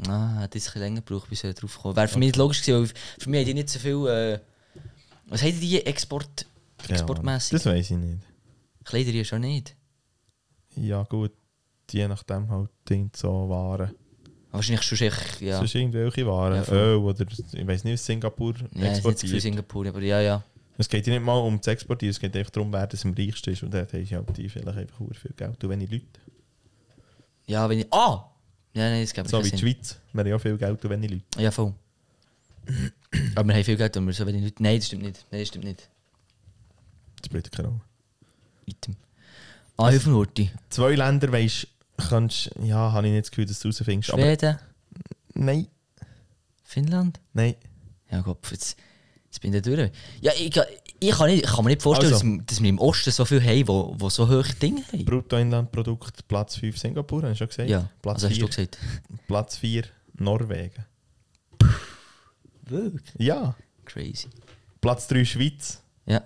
Speaker 1: Ah, hat jetzt ein bisschen länger gebraucht, bis ich drauf gekommen Wäre für mich nicht logisch gewesen, weil für mich haben die nicht so viel. Äh, was haben die eh, Export,
Speaker 2: Keine Ahnung.
Speaker 1: exportmässig?
Speaker 2: Das weiß ich nicht.
Speaker 1: Kleider ja schon nicht.
Speaker 2: Ja, gut, je nachdem halt Ding so Waren.
Speaker 1: Wahrscheinlich schon echt, ja.
Speaker 2: Sonst irgendwelche Waren,
Speaker 1: Ja, voll.
Speaker 2: Öl oder ich weiß nicht, was Singapur
Speaker 1: Nein, es ist nicht so viel
Speaker 2: exportiert.
Speaker 1: Singapur, aber ja, ja.
Speaker 2: Es geht ja nicht mal um das Exportieren, es geht einfach darum, wer das am reichsten ist. Und dort haben halt die vielleicht einfach sehr viel Geld. Und wenig Leute.
Speaker 1: Ja, wenn ich. Ah! Ja, nein, das gibt
Speaker 2: So
Speaker 1: keinen
Speaker 2: wie die
Speaker 1: Sinn.
Speaker 2: Schweiz. Wir haben ja viel Geld und wenig Leute.
Speaker 1: Ja, Oh, voll. Aber wir haben viel Geld, und wir so wenig Leute. Nein, das stimmt nicht. Nein, das stimmt nicht.
Speaker 2: Das spielt keine Rolle.
Speaker 1: Item. Ah, Hüfenhurti.
Speaker 2: Zwei Länder weisst kannst ja, habe ich nicht das Gefühl, dass du rausfindest. Aber
Speaker 1: Schweden,
Speaker 2: nein,
Speaker 1: Finnland.
Speaker 2: nein.
Speaker 1: Ja, Gott, jetzt, jetzt bin ich da durch. Ja, ich, ich, kann, nicht, ich kann mir nicht vorstellen,
Speaker 2: Also.
Speaker 1: dass, dass wir im Osten so viel haben, wo, wo so hohe Dinge haben.
Speaker 2: Bruttoinlandprodukt Platz 5 Singapur, hast du schon gesagt?
Speaker 1: ja,
Speaker 2: Platz,
Speaker 1: also hast du
Speaker 2: 4,
Speaker 1: gesagt.
Speaker 2: Platz 4 Norwegen.
Speaker 1: Wirklich?
Speaker 2: Ja.
Speaker 1: Crazy.
Speaker 2: Platz 3 Schweiz.
Speaker 1: Ja,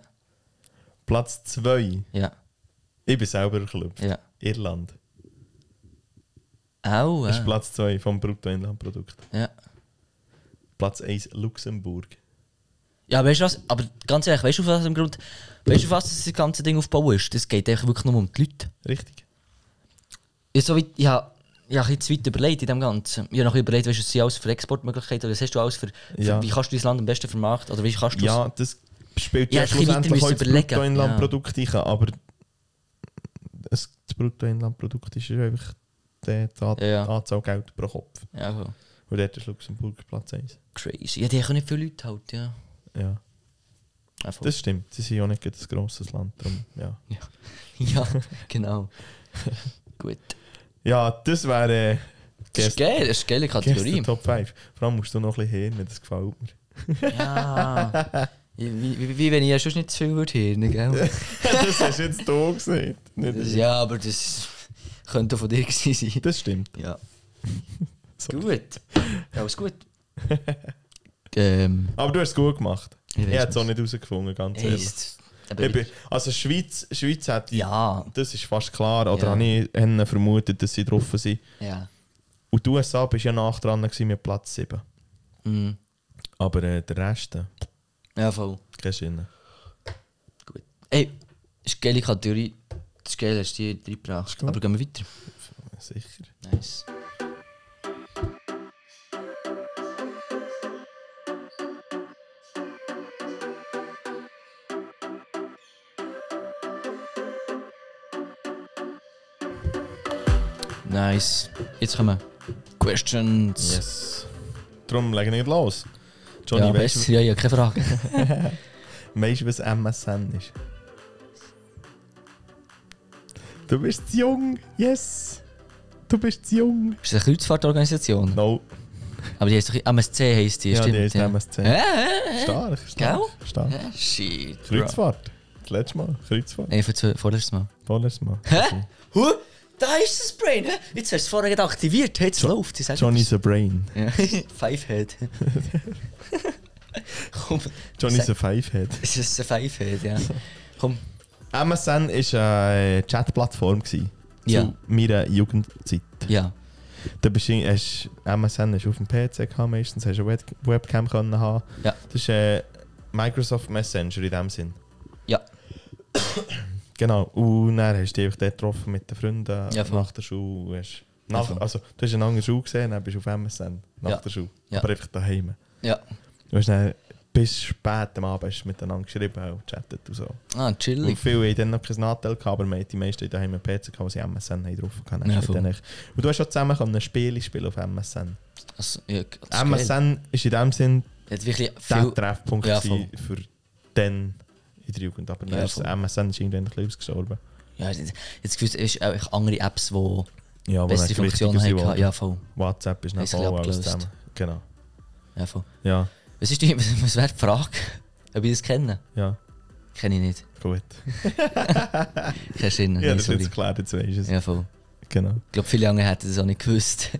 Speaker 2: Platz 2,
Speaker 1: ja,
Speaker 2: ich bin selber erklüpft.
Speaker 1: ja.
Speaker 2: Irland.
Speaker 1: Au,
Speaker 2: Das ist
Speaker 1: äh.
Speaker 2: Platz 2 vom Bruttoinlandprodukt.
Speaker 1: ja.
Speaker 2: Platz 1 Luxemburg.
Speaker 1: Ja, weißt du was? Aber ganz ehrlich, weißt du, auf was im Grund. Weißt du, auf was das ganze Ding aufbauen ist? Das geht eigentlich wirklich nur um die Leute.
Speaker 2: Richtig.
Speaker 1: Ja, so weit, ich habe ich hab ein bisschen zu weit überlegt in dem Ganzen. Ich habe noch überlegt, weißt du, was sind alles für Exportmöglichkeiten oder was hast du alles für, für
Speaker 2: Ja.
Speaker 1: wie kannst du dein Land am besten vermarkten oder wie kannst du
Speaker 2: Ja, das spielt
Speaker 1: Ja,
Speaker 2: ja,
Speaker 1: ich hätte ein bisschen
Speaker 2: schlussendlich
Speaker 1: weiter
Speaker 2: auch das
Speaker 1: müssen überlegen.
Speaker 2: Bruttoinlandprodukt ein, aber es- das Bruttoinlandprodukt ist ja einfach die An-
Speaker 1: Ja, ja.
Speaker 2: Anzahl Geld pro Kopf.
Speaker 1: ja, voll.
Speaker 2: Und dort ist Luxemburg Platz 1.
Speaker 1: crazy. Ja, die haben nicht viele Leute halt, ja. Ah,
Speaker 2: Ja,
Speaker 1: Ja, voll.
Speaker 2: das stimmt. Sie sind ja auch nicht gerade ein grosses Land. Drum, ja.
Speaker 1: ja genau. Gut.
Speaker 2: ja, das wäre äh,
Speaker 1: Das ist
Speaker 2: gest-
Speaker 1: geil, das ist eine geile
Speaker 2: gestern
Speaker 1: Kategorie.
Speaker 2: Top 5. Vor allem musst du noch ein bisschen hirnen, das gefällt mir.
Speaker 1: Ja. Wie, wie, wie wenn ich ja schon nicht zu viel würde hören, gell?
Speaker 2: das hast du jetzt hier gesehen. Nicht
Speaker 1: Das,
Speaker 2: ich.
Speaker 1: Dus ja, aber das könnte auch von dir gewesen sein.
Speaker 2: Das stimmt.
Speaker 1: Ja.
Speaker 2: Sorry.
Speaker 1: Gut. Alles gut. ähm,
Speaker 2: Aber du hast es gut gemacht.
Speaker 1: Ich
Speaker 2: Ich,
Speaker 1: weiß
Speaker 2: hätte es auch
Speaker 1: was.
Speaker 2: nicht herausgefunden, ganz
Speaker 1: ey,
Speaker 2: ehrlich.
Speaker 1: ist- aber
Speaker 2: Eben, also Schweiz, Schweiz hat
Speaker 1: Ja,
Speaker 2: Das ist fast klar. Oder
Speaker 1: Ja.
Speaker 2: habe ich habe vermutet, dass sie drauf sind.
Speaker 1: ja.
Speaker 2: Und die USA bist ja nach dran gewesen mit Platz 7.
Speaker 1: Mhm.
Speaker 2: Aber äh, der Rest, äh,
Speaker 1: Ja, voll.
Speaker 2: kein Sinn.
Speaker 1: Gut. Ey, das ist eine geile Kategorie. Das ist geil, hast du die reingebracht.
Speaker 2: gut.
Speaker 1: Aber gehen wir weiter.
Speaker 2: Sicher.
Speaker 1: Nice. Nice. Jetzt kommen Questions.
Speaker 2: Yes. Darum legen wir los. Johnny,
Speaker 1: ja,
Speaker 2: weißt
Speaker 1: besser. Ja, ja, keine Frage.
Speaker 2: du, weißt du, was MSN ist? Du bist zu jung. Yes. Du bist zu jung.
Speaker 1: Ist das eine Kreuzfahrtorganisation?
Speaker 2: No.
Speaker 1: Aber die heisst doch MSC heisst die,
Speaker 2: Ja,
Speaker 1: stimmt?
Speaker 2: die ist
Speaker 1: ja.
Speaker 2: MSC.
Speaker 1: Äh, äh, äh.
Speaker 2: Stark, stark, stark.
Speaker 1: Äh, Shit. bro.
Speaker 2: Kreuzfahrt. Das letzte Mal. Kreuzfahrt.
Speaker 1: Nein, für zwei- vorletztes Mal.
Speaker 2: Vorletztes Mal.
Speaker 1: Hä? Huh? Da ist das Brain, hä? Jetzt hast du es vorher gerade aktiviert, jetzt läuft es.
Speaker 2: Johnny's a brain.
Speaker 1: Ja. Fivehead. Komm,
Speaker 2: Johnny
Speaker 1: sag-
Speaker 2: the Fivehead.
Speaker 1: Es ist ein Five-Head, ja. Komm,
Speaker 2: MSN war eine Chatplattform gewesen,
Speaker 1: Ja.
Speaker 2: zu meiner Jugendzeit.
Speaker 1: ja.
Speaker 2: Da bist du, hast, MSN hast du auf dem PC gehabt, meistens hast du eine Web Webcam können haben.
Speaker 1: Ja.
Speaker 2: Das ist äh, Microsoft Messenger in dem Sinn.
Speaker 1: Ja.
Speaker 2: Genau. Und dann hast du dich einfach dort getroffen mit den Freunden
Speaker 1: Ja, voll.
Speaker 2: nach der Schule. und Hast,
Speaker 1: Ja,
Speaker 2: nach,
Speaker 1: voll.
Speaker 2: also, du hast eine andere Schule gesehen, dann bist du auf MSN nach
Speaker 1: Ja.
Speaker 2: der Schule.
Speaker 1: Ja.
Speaker 2: Aber einfach daheim.
Speaker 1: Ja.
Speaker 2: Du hast dann bis spät am Abend hast du miteinander geschrieben und chattet und so.
Speaker 1: Ah,
Speaker 2: Und
Speaker 1: chillig.
Speaker 2: viele haben dann noch kein Nadel gehabt, aber man hat die meisten daheim einen PC gehabt, die sie MSN haben drauf hatten.
Speaker 1: Ja,
Speaker 2: Dann
Speaker 1: voll.
Speaker 2: hat dann echt- Und du hast schon zusammen können Spiele spielen auf MSN.
Speaker 1: Also, ja, das ist geil.
Speaker 2: MSN ist in dem Sinn
Speaker 1: Hat wirklich viel...
Speaker 2: der Treffpunkt
Speaker 1: Ja,
Speaker 2: gewesen für dann in der Jugend. Aber
Speaker 1: Ja,
Speaker 2: dann ist
Speaker 1: voll.
Speaker 2: MSN ist irgendwann ein bisschen ausgestorben.
Speaker 1: Ja, jetzt gefühlt, es ist auch echt andere Apps, die
Speaker 2: Ja,
Speaker 1: bessere Funktionen haben. Ja, voll.
Speaker 2: WhatsApp ist
Speaker 1: Haben sie
Speaker 2: noch
Speaker 1: ein bisschen
Speaker 2: voll alles
Speaker 1: abgelöst.
Speaker 2: zusammen. Genau.
Speaker 1: Ja, voll.
Speaker 2: Ja,
Speaker 1: Was ist die, was wäre die Frage? Ob ich das kenne?
Speaker 2: ja,
Speaker 1: Kenne ich nicht.
Speaker 2: gut.
Speaker 1: Kennst du ihn?
Speaker 2: Ja,
Speaker 1: Nein,
Speaker 2: das ist
Speaker 1: sorry.
Speaker 2: jetzt geklärt, jetzt weisst du es.
Speaker 1: Ja, voll.
Speaker 2: Genau.
Speaker 1: Ich glaube, viele andere hätten das auch nicht gewusst.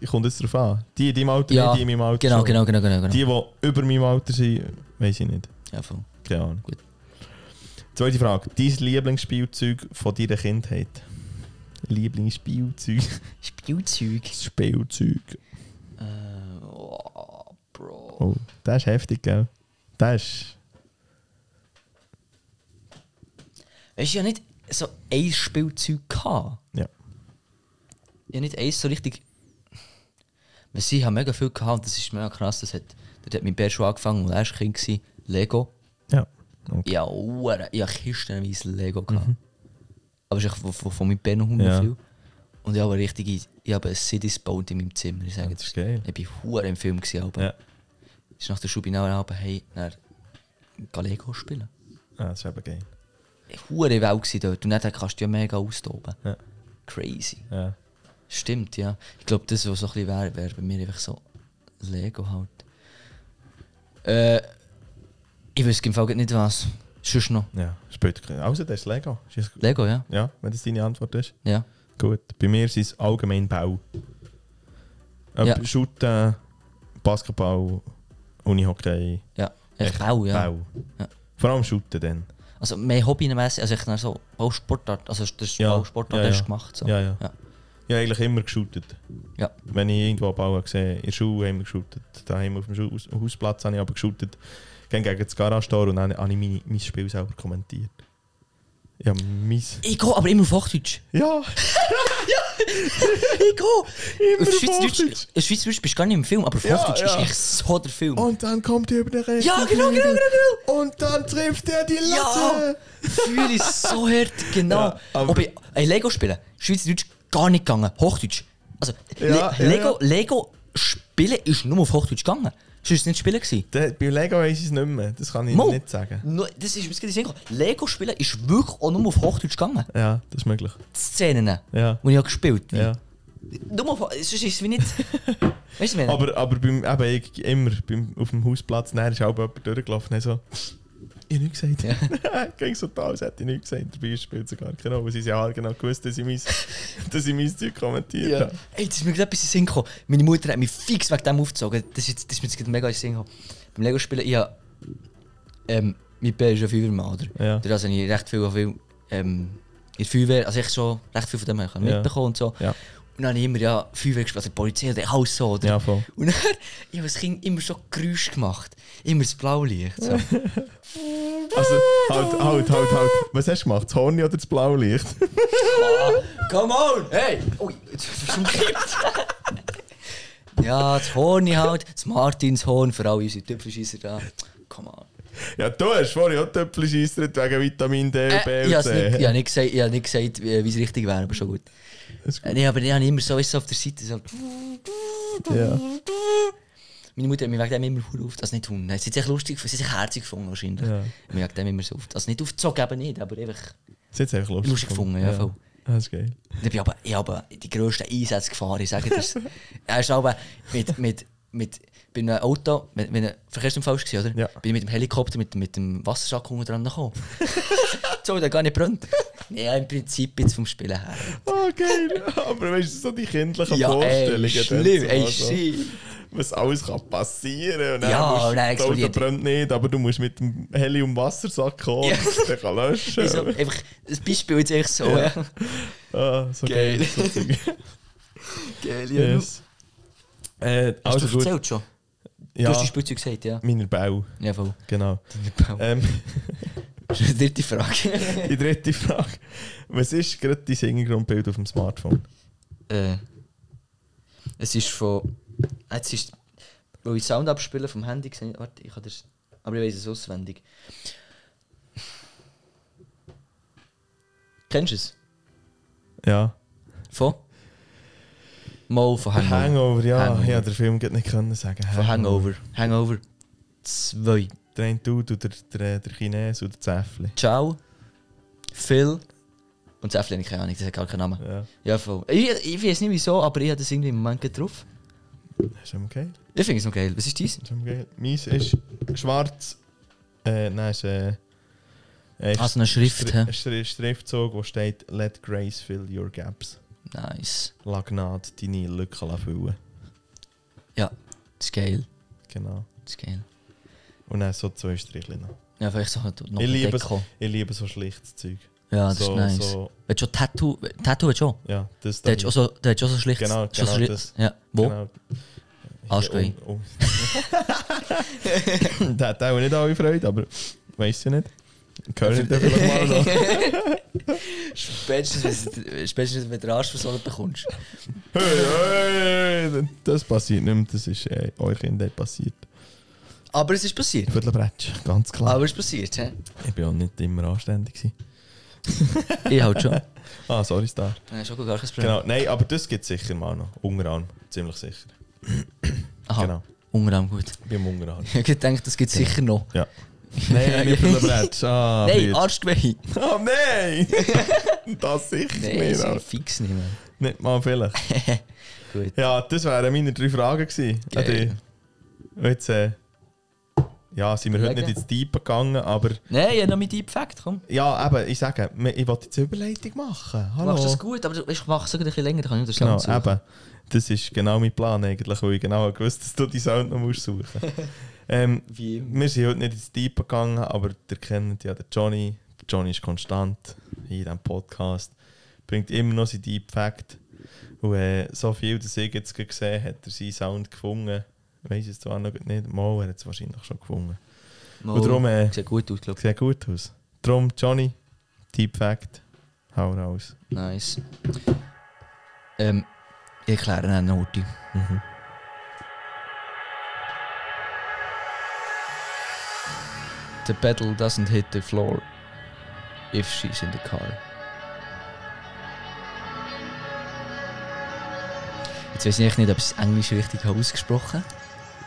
Speaker 2: Ich komme jetzt darauf an. Die in deinem Alter,
Speaker 1: Ja,
Speaker 2: nicht die in meinem Alter.
Speaker 1: Genau,
Speaker 2: Halt schon.
Speaker 1: genau, genau, genau. genau.
Speaker 2: Die, die über meinem Alter sind, weiß ich nicht.
Speaker 1: Ja, voll.
Speaker 2: Keine Ahnung.
Speaker 1: Gut.
Speaker 2: Zweite Frage. Dein Lieblingsspielzeug von deiner Kindheit? Lieblingsspielzeug?
Speaker 1: Spielzeug.
Speaker 2: Spielzeug.
Speaker 1: Äh, oh, Bro.
Speaker 2: Oh, das ist heftig, gell? Das ist...
Speaker 1: Weißt du, ja nicht so ein Spielzeug gehabt.
Speaker 2: Ja.
Speaker 1: Ja, nicht eins so richtig. Wir sie haben mega viel gehabt und das ist mega krass. Das hat, dort hat mein Bär schon angefangen und er war Kind. Gewesen. Lego.
Speaker 2: Ja. Okay.
Speaker 1: Ja, Uhren. Ich habe kistenweise Lego gehabt. Aber es ist echt von, von, von meinem Bär noch hundert
Speaker 2: Mhm. Ja.
Speaker 1: viel. Und ich habe eine richtige. Ich habe ein Cities gebaut in meinem Zimmer. Ich sage
Speaker 2: Das ist
Speaker 1: jetzt.
Speaker 2: geil.
Speaker 1: Ich war Huren im Film. Gewesen, aber
Speaker 2: Ja.
Speaker 1: ist nach der Schule bin ich auch abends, hey, dann geh Lego spielen.
Speaker 2: Ah, das ist eben geil.
Speaker 1: Hure Welt gsi dort und dann kannst du ja mega austoben.
Speaker 2: Ja.
Speaker 1: Crazy.
Speaker 2: Ja.
Speaker 1: Stimmt, ja. Ich glaube, das, was so ein bisschen wäre, wäre bei mir einfach so Lego halt. Äh, ich wüsste im Fall grad nicht was. Sonst noch.
Speaker 2: Ja. Oh, Später. Außer das ist Lego. Ist es-
Speaker 1: Lego, ja?
Speaker 2: Ja, wenn das deine Antwort ist.
Speaker 1: Ja.
Speaker 2: Gut. Bei mir ist es allgemein Bau. Ob
Speaker 1: Ja.
Speaker 2: Shooten, Basketball, Unihockey,
Speaker 1: Ja. Echt
Speaker 2: Echt
Speaker 1: Bau, ja.
Speaker 2: Bau.
Speaker 1: Ja.
Speaker 2: Vor allem Shooten dann.
Speaker 1: Also mehr hobbymäßig, also ich dann so Bausportart, also das ist
Speaker 2: Ja.
Speaker 1: Bausportart
Speaker 2: Ja,
Speaker 1: hast du
Speaker 2: ja.
Speaker 1: gemacht. So.
Speaker 2: Ja, ja.
Speaker 1: Ja.
Speaker 2: Ja, eigentlich immer geshootet.
Speaker 1: Ja.
Speaker 2: Wenn ich irgendwo bauen sehe, in der Schule haben wir geshootet, daheim auf dem Schu- Haus- Hausplatz habe ich aber geshootet, gegen gegen das Garage-Tor und dann habe ich mein, mein Spiel selber kommentiert. Ja, mein...
Speaker 1: Ich gehe aber immer auf Hochdeutsch.
Speaker 2: Ja!
Speaker 1: Ich gehe!
Speaker 2: Immer
Speaker 1: Auf
Speaker 2: auf
Speaker 1: Schweizerdeutsch
Speaker 2: Hochdeutsch.
Speaker 1: auf Schweizerdeutsch bist du gar nicht im Film, aber auf
Speaker 2: Ja,
Speaker 1: Hochdeutsch
Speaker 2: ja. Oh,
Speaker 1: ist echt so der Film.
Speaker 2: Und dann kommt er über den rechten
Speaker 1: Hm. Ja, genau, genau,
Speaker 2: Flügel.
Speaker 1: genau,
Speaker 2: Und dann trifft er die
Speaker 1: Ja!
Speaker 2: Latte!
Speaker 1: Fühle ich so hart, genau.
Speaker 2: Ja, aber-
Speaker 1: Ob ich ey, Lego spielen, Schweizerdeutsch gar nicht gegangen, Hochdeutsch. Also,
Speaker 2: Ja,
Speaker 1: Le
Speaker 2: ja,
Speaker 1: Lego, Lego spielen ist nur auf Hochdeutsch gegangen. Sonst war es nicht spielen. Gewesen.
Speaker 2: Da- Bei Lego weiß ich es nicht mehr, das kann ich
Speaker 1: Mo,
Speaker 2: nicht sagen.
Speaker 1: nur- Das ist mir gerade in den Sinn gekommen. Lego spielen ist wirklich auch nur auf Hochdeutsch gegangen.
Speaker 2: Ja, das ist möglich.
Speaker 1: Die Szenen,
Speaker 2: Ja.
Speaker 1: die ich habe gespielt habe.
Speaker 2: Ja.
Speaker 1: Nur auf Sonst ist es wie nicht. weißt du, was ich meine?
Speaker 2: Aber, aber beim, eben, ich, immer beim, auf dem Hausplatz, dann ist auch jemand durchgelaufen und so, ich habe nichts gesagt. Ging so da, als hätte ich nichts gesagt. Dabei spielt es gar keine Rolle. Sie haben ja alle genau gewusst, dass ich mein, dass ich mein Zeug kommentiert
Speaker 1: Ja.
Speaker 2: habe.
Speaker 1: Ey, das ist mir gerade etwas in den Sinn gekommen. Meine Mutter hat mich fix wegen dem aufgezogen. Das ist, jetzt- das ist mir jetzt gerade mega in den Sinn gekommen. Beim Lego-Spielen, ich hab, ähm, mein Bär ist ja Feuerwehrmann, oder?
Speaker 2: Ja.
Speaker 1: Dadurch habe ich recht viel, viel ähm, in der Feuerwehr, also ich schon recht viel von dem habe ich
Speaker 2: Ja.
Speaker 1: mitbekommen und so.
Speaker 2: Ja.
Speaker 1: Und dann habe ich immer ja Feuerwehr gespielt, also Polizei oder alles so, oder?
Speaker 2: Ja, voll.
Speaker 1: Und dann, ich habe als Kind immer schon Geräusche gemacht. Immer das Blaulicht, so.
Speaker 2: Also, halt, halt, halt, halt. Was hast du gemacht? Das Horni oder das Blaulicht?
Speaker 1: Come on! Hey! Ui, jetzt bist du umgekippt. ja, das Horn halt, das Martinshorn für alle unsere Tüpfelschisser da. Come on.
Speaker 2: ja, du hast vorhin auch Töpfchen scheissert wegen Vitamin D und B
Speaker 1: Äh, ich
Speaker 2: und
Speaker 1: habe
Speaker 2: C.
Speaker 1: nicht, ich hab's nicht gesagt, ich hab's nicht gesagt eh, wie wie es richtig wäre, aber schon gut.
Speaker 2: Das ist
Speaker 1: Äh, Nee, aber ich habe immer so, weißt du, so auf der Seite. So.
Speaker 2: Ja.
Speaker 1: Meine Mutter hat mich wegen dem immer verdammt auf. Also nicht Hund. Sie hat sich lustig, sie hat sich herzig gefunden wahrscheinlich.
Speaker 2: Ja.
Speaker 1: Ich wegen dem immer so auf. Also nicht aufgezogen, eben nicht, aber einfach.
Speaker 2: Das hat einfach lustig,
Speaker 1: Lustig gefunden, ja, voll.
Speaker 2: Das ist geil.
Speaker 1: Ich bin aber, ich habe die grössten Einsätze gefahren, ich sage das. er ist aber mit, mit, mit, bei einem Auto, wenn wenn ein Verkehrsunfall war, oder?
Speaker 2: Ja.
Speaker 1: Bin ich mit dem Helikopter, mit, mit dem Wassersack unten dran gekommen. so, der gar nicht brennt. Ja, im Prinzip jetzt vom Spielen her.
Speaker 2: Ah, geil. Aber weißt du, so die kindlichen
Speaker 1: Ja,
Speaker 2: Vorstellungen.
Speaker 1: ey,
Speaker 2: dann
Speaker 1: schlimm,
Speaker 2: so,
Speaker 1: ey,
Speaker 2: so.
Speaker 1: shit.
Speaker 2: was alles kann passieren kann. Und dann
Speaker 1: Ja, und
Speaker 2: musst,
Speaker 1: dann
Speaker 2: die Auto
Speaker 1: explodiert.
Speaker 2: brennt nicht, aber du musst mit dem Helium-Wassersack kommen,
Speaker 1: Ja.
Speaker 2: dass der kann löschen
Speaker 1: Also, einfach, das Beispiel ist echt so.
Speaker 2: Ja.
Speaker 1: Ja.
Speaker 2: Ah, so
Speaker 1: Geil.
Speaker 2: geil. so Zeug.
Speaker 1: Geil,
Speaker 2: yes. äh,
Speaker 1: Hast
Speaker 2: also
Speaker 1: du
Speaker 2: gut,
Speaker 1: erzählt schon? Du
Speaker 2: ja,
Speaker 1: hast die Spielzeug gesagt, ja.
Speaker 2: meiner Bau,
Speaker 1: Ja, voll.
Speaker 2: genau.
Speaker 1: Das
Speaker 2: Ähm,
Speaker 1: ist die dritte Frage.
Speaker 2: die dritte Frage. Was ist gerade dein Hintergrundbild auf dem Smartphone?
Speaker 1: äh, es ist von. Jetzt ist. Weil ich Sound abspielen vom Handy gesehen Warte, ich habe das. Aber ich weiß es auswendig. Kennst du es?
Speaker 2: Ja.
Speaker 1: Von? Mo von Hangover.
Speaker 2: Hangover, ja.
Speaker 1: Hangover.
Speaker 2: Ja, der Film geht nicht können sagen.
Speaker 1: Von Hangover. Hangover 2.
Speaker 2: Der eine Dude oder der, der Chines oder Zäffli.
Speaker 1: Ciao. Phil. Und Zäffli habe ich keine Ahnung, das hat gar keinen Namen.
Speaker 2: Ja,
Speaker 1: Ja, voll. Ich, ich weiß nicht wieso, aber ich habe das irgendwie im Moment gerade drauf.
Speaker 2: ist immer geil.
Speaker 1: Ich finde es noch geil. Was ist dies?
Speaker 2: Ist immer geil. Meins ist schwarz. Äh, nein, ist äh, äh,
Speaker 1: Ah, so eine Schrift, hä?
Speaker 2: Stri Stri Schriftzug, wo steht Let grace fill your gaps.
Speaker 1: Nice.
Speaker 2: Lag Gnade deine Lücken lassen füllen.
Speaker 1: Ja, das ist geil.
Speaker 2: Genau.
Speaker 1: Das ist geil.
Speaker 2: Und dann so zwei Strichli noch.
Speaker 1: Ja, vielleicht so noch noch
Speaker 2: Ich
Speaker 1: eine
Speaker 2: liebe
Speaker 1: Deko.
Speaker 2: Ich liebe so schlichtes Zeug.
Speaker 1: Ja, das
Speaker 2: so,
Speaker 1: ist nice.
Speaker 2: so,
Speaker 1: Willst du schon Tattoo? Tattoo willst du schon?
Speaker 2: ja, dus das
Speaker 1: Du hättest auch so, du hättest auch so schlicht.
Speaker 2: Genau,
Speaker 1: schon
Speaker 2: genau
Speaker 1: so schli-
Speaker 2: das.
Speaker 1: Ja, wo?
Speaker 2: Genau.
Speaker 1: Arschgeweih.
Speaker 2: Um, um. Der hat auch nicht alle Freude, aber weiss ich nicht. Können wir vielleicht mal noch.
Speaker 1: Spätestens, wenn- spätestens, wenn du den Arsch versorgt bekommst.
Speaker 2: Hey, hey, das passiert nicht mehr, das ist äh, euch Kindheit passiert.
Speaker 1: Aber es ist passiert.
Speaker 2: Viertelbretsch, ganz klar.
Speaker 1: Aber es ist passiert, hä?
Speaker 2: Ich bin auch nicht immer anständig. Gewesen.
Speaker 1: Ich halt schon.
Speaker 2: Ah, sorry, Star.
Speaker 1: Ja, schon gar kein Problem.
Speaker 2: Genau, nein, aber das gibt es sicher mal noch. Ungarn, ziemlich sicher.
Speaker 1: Aha,
Speaker 2: Genau,
Speaker 1: Ungarm gut.
Speaker 2: beim Ungarn.
Speaker 1: Ich denke, das gibt es sicher noch.
Speaker 2: Ja. Nein, nicht Viertelbretsch. Ah,
Speaker 1: Nein,
Speaker 2: Blitz.
Speaker 1: Arschgeweih!
Speaker 2: Oh nein! das sicher
Speaker 1: Nein,
Speaker 2: nicht.
Speaker 1: so
Speaker 2: Alter.
Speaker 1: fix nicht mehr.
Speaker 2: Nicht mal vielleicht.
Speaker 1: Gut.
Speaker 2: Ja, dus das wären meine drei Fragen gewesen.
Speaker 1: Geil.
Speaker 2: an dich. Und Jetzt, äh, ja, sind wir heute
Speaker 1: Überlegen.
Speaker 2: nicht ins Deep gegangen, aber
Speaker 1: Nein, ich habe noch meinen Deep Fact, komm.
Speaker 2: ja, eben, ich sage, wir- ich wollte jetzt eine Überleitung machen.
Speaker 1: Du
Speaker 2: Hallo.
Speaker 1: machst das gut, aber du- ich mache es sogar ein bisschen länger, dann kann ich das
Speaker 2: Genau,
Speaker 1: Sound suchen.
Speaker 2: eben. Das ist genau mein Plan eigentlich, weil ich genau nou gewusst dass du die Sound noch musst suchen ähm,
Speaker 1: Wie immer.
Speaker 2: Wir sind heute nicht ins Deep gegangen, aber ihr kennt ja den Johnny. Der Johnny ist konstant hier in diesem Podcast. Bringt immer noch seinen Deep Fact. Und äh, so viel, dass ich jetzt gerade gesehen hat er seinen Sound gefunden. Ich weiß es zwar noch nicht, mal er hat es wahrscheinlich schon gefunden.
Speaker 1: Mal.
Speaker 2: Und darum äh,
Speaker 1: Sieht gut aus, glaube
Speaker 2: sieht gut aus. Darum, Johnny, Deep Fact, hau raus.
Speaker 1: ich. Nice. Ähm, ich erkläre dann noch die. The pedal doesn't hit the floor if she's in the car. Jetzt weiß ich echt nicht, ob ich es Englisch richtig habe ausgesprochen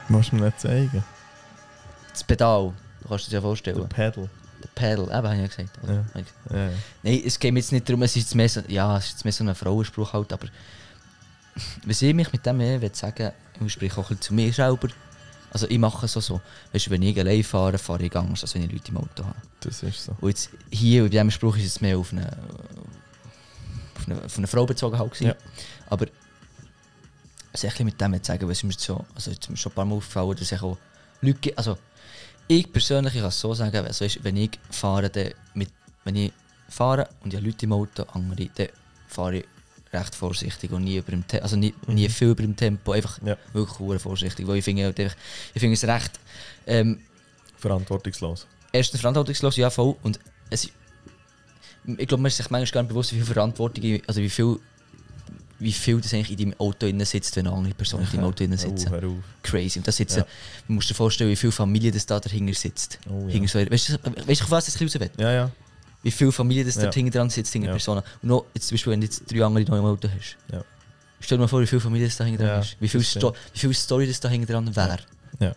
Speaker 2: Musst du mir nicht zeigen?
Speaker 1: Das Pedal, du kannst dir das ja
Speaker 2: Der
Speaker 1: vorstellen.
Speaker 2: Pedal.
Speaker 1: The pedal, eben, habe ich ja gesagt. oder?
Speaker 2: Ja.
Speaker 1: Habe ich-
Speaker 2: Ja.
Speaker 1: Nein, es geht mir jetzt nicht darum, es ist jetzt mehr so, ja, es ist jetzt mehr so ein Frauenspruch halt, aber was ich mich mit dem mehr will sagen will, ich spreche auch ein bisschen zu mir selber. Also ich mache es auch so. Weißt du, wenn ich allein fahre, fahre ich anders, als wenn ich Leute im Auto habe.
Speaker 2: Das ist so.
Speaker 1: Und jetzt hier bei diesem Spruch ist es mehr auf eine, auf eine, auf eine Frau bezogen halt gewesen.
Speaker 2: Ja.
Speaker 1: Aber was ich ein bisschen mit dem jetzt sagen, was mir so, also jetzt ist mir schon ein paar Mal aufgefallen, dass ich auch Leute, gibt- also ich persönlich ich kann es so sagen, also weisst, wenn ich fahre, dann mit, wenn ich fahre und ich habe Leute im Auto, andere, dann fahre ich recht vorsichtig und nie über dem Tempo, also nie, nie viel über dem Tempo, einfach
Speaker 2: Mhm. Ja.
Speaker 1: wirklich verdammt vorsichtig, weil ich finde, halt einfach- ich finde es recht, ähm,
Speaker 2: Verantwortungslos.
Speaker 1: erstens verantwortungslos, ja voll. Und es, ich glaube, man ist sich manchmal gar nicht bewusst, wie viel Verantwortung, also wie viel, wie viel das eigentlich in deinem Auto innen sitzt, wenn eine andere Person in deinem Auto innen sitzt.
Speaker 2: Oh, hör auf.
Speaker 1: Crazy. Und da sitzen,
Speaker 2: Ja.
Speaker 1: du musst dir vorstellen, wie viel Familie das da dahinter sitzt.
Speaker 2: Oh, ja.
Speaker 1: Hinter so, einer- weißt, du, weißt du, auf was das raus will?
Speaker 2: Ja, ja.
Speaker 1: Wie viel Familie das da
Speaker 2: Ja.
Speaker 1: hinten dran sitzt, hinter
Speaker 2: Ja.
Speaker 1: Personen. Und noch, jetzt zum Beispiel, wenn du jetzt drei andere neue im Auto hast.
Speaker 2: Ja.
Speaker 1: Stell dir mal vor, wie viel Familie das da hinten dran
Speaker 2: Ja,
Speaker 1: ist. Wie viel,
Speaker 2: das
Speaker 1: Sto wie viel Story das da hinten dran wäre.
Speaker 2: Ja.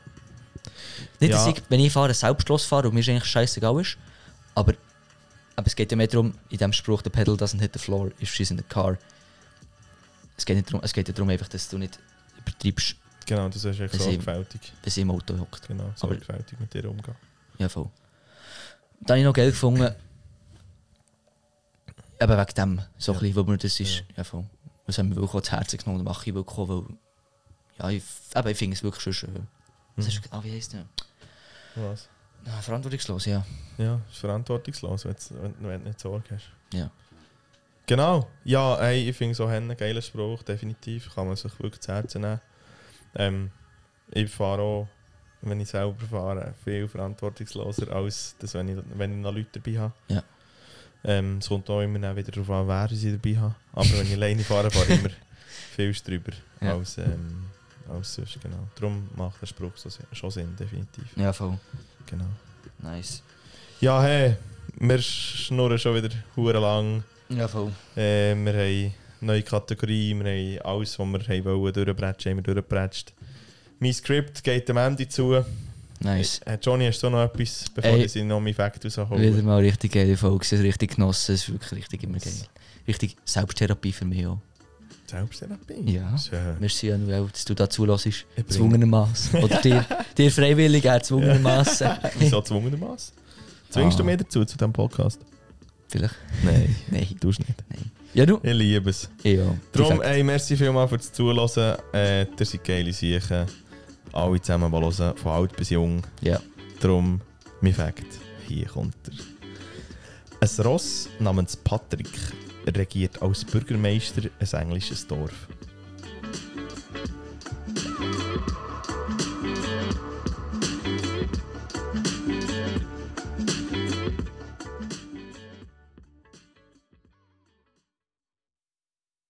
Speaker 1: Nicht, dass
Speaker 2: Ja.
Speaker 1: ich, wenn ich fahre, selbst losfahre und mir ist eigentlich scheißegal ist, aber, aber es geht ja mehr darum, in diesem Spruch, the pedal doesn't hit the floor, if she's in the car. Es geht, nicht darum, es geht ja darum, einfach, dass du nicht übertreibst,
Speaker 2: Genau, das ist echt
Speaker 1: Das ist-
Speaker 2: sorgfältig.
Speaker 1: wenn sie im Auto hockt.
Speaker 2: Genau, sorgfältig mit dir umgehen.
Speaker 1: Ja, voll. Dann habe ich noch Geld gefunden. Eben wegen dem, so ein bisschen, wo mir das ist. Ja, voll. Das haben wir wirklich auch zu Herzen genommen und mache ich wirklich auch, weil Ja, ich, f- eben, ich finde es wirklich schön schön. Das ist, ah, wie heisst der?
Speaker 2: Was?
Speaker 1: Ah, verantwortungslos, ja.
Speaker 2: Ja, ist verantwortungslos, wenn's- wenn du wenn du nicht Sorge hast.
Speaker 1: Ja.
Speaker 2: Genau. Ja, hey, ich finde so einen geilen Spruch, definitiv. Kann man sich wirklich zu Herzen nehmen. Ähm, ich fahre auch, wenn ich selber fahre, viel verantwortungsloser, als das, wenn, ich, wenn ich noch Leute dabei habe.
Speaker 1: Ja.
Speaker 2: Ähm, es kommt auch immer dann wieder darauf an, wer ich dabei habe. Aber wenn ich alleine fahre, fahre ich immer viel drüber
Speaker 1: Ja.
Speaker 2: als, ähm, als sonst. Genau. Darum macht der Spruch so, Sinn- schon Sinn, definitiv.
Speaker 1: Ja, voll.
Speaker 2: Genau.
Speaker 1: Nice.
Speaker 2: Ja, hey, wir schnurren schon wieder hure lang.
Speaker 1: Ja, voll.
Speaker 2: Äh, wir haben neue Kategorie, wir haben alles, was wir haben wollen, durchbretschen, haben wir durchgebretscht. Mein Skript geht am Ende zu.
Speaker 1: Nice.
Speaker 2: Äh, Johnny, hast du noch etwas, bevor
Speaker 1: Ey.
Speaker 2: ich sie noch meinen Fakt
Speaker 1: Wieder
Speaker 2: raushole?
Speaker 1: mal richtig geile Folge, es ist richtig genossen, es ist wirklich richtig immer geil. Richtig Selbsttherapie für mich auch.
Speaker 2: Selbsttherapie?
Speaker 1: Ja.
Speaker 2: Schön.
Speaker 1: Merci, Anuel, dass du da zulässt.
Speaker 2: bring-
Speaker 1: Zwungenermaßen. Oder dir, dir freiwillig, auch zwungenermaßen.
Speaker 2: Wieso zwungenermassen? Zwingst du
Speaker 1: Ah.
Speaker 2: mich dazu, zu diesem Podcast?
Speaker 1: Vielleicht.
Speaker 2: Nein.
Speaker 1: Nein.
Speaker 2: Tust nicht.
Speaker 1: Ja, du?
Speaker 2: Ich liebe es.
Speaker 1: Ja.
Speaker 2: Darum,
Speaker 1: perfekt.
Speaker 2: ey, merci vielmals fürs Zuhören. Äh, ihr seid geile Siechen. Alle zusammen mal hören, von alt bis jung.
Speaker 1: Ja.
Speaker 2: Darum, mein Fakt, hier kommt er. Ein Ross namens Patrick regiert als Bürgermeister ein englisches Dorf.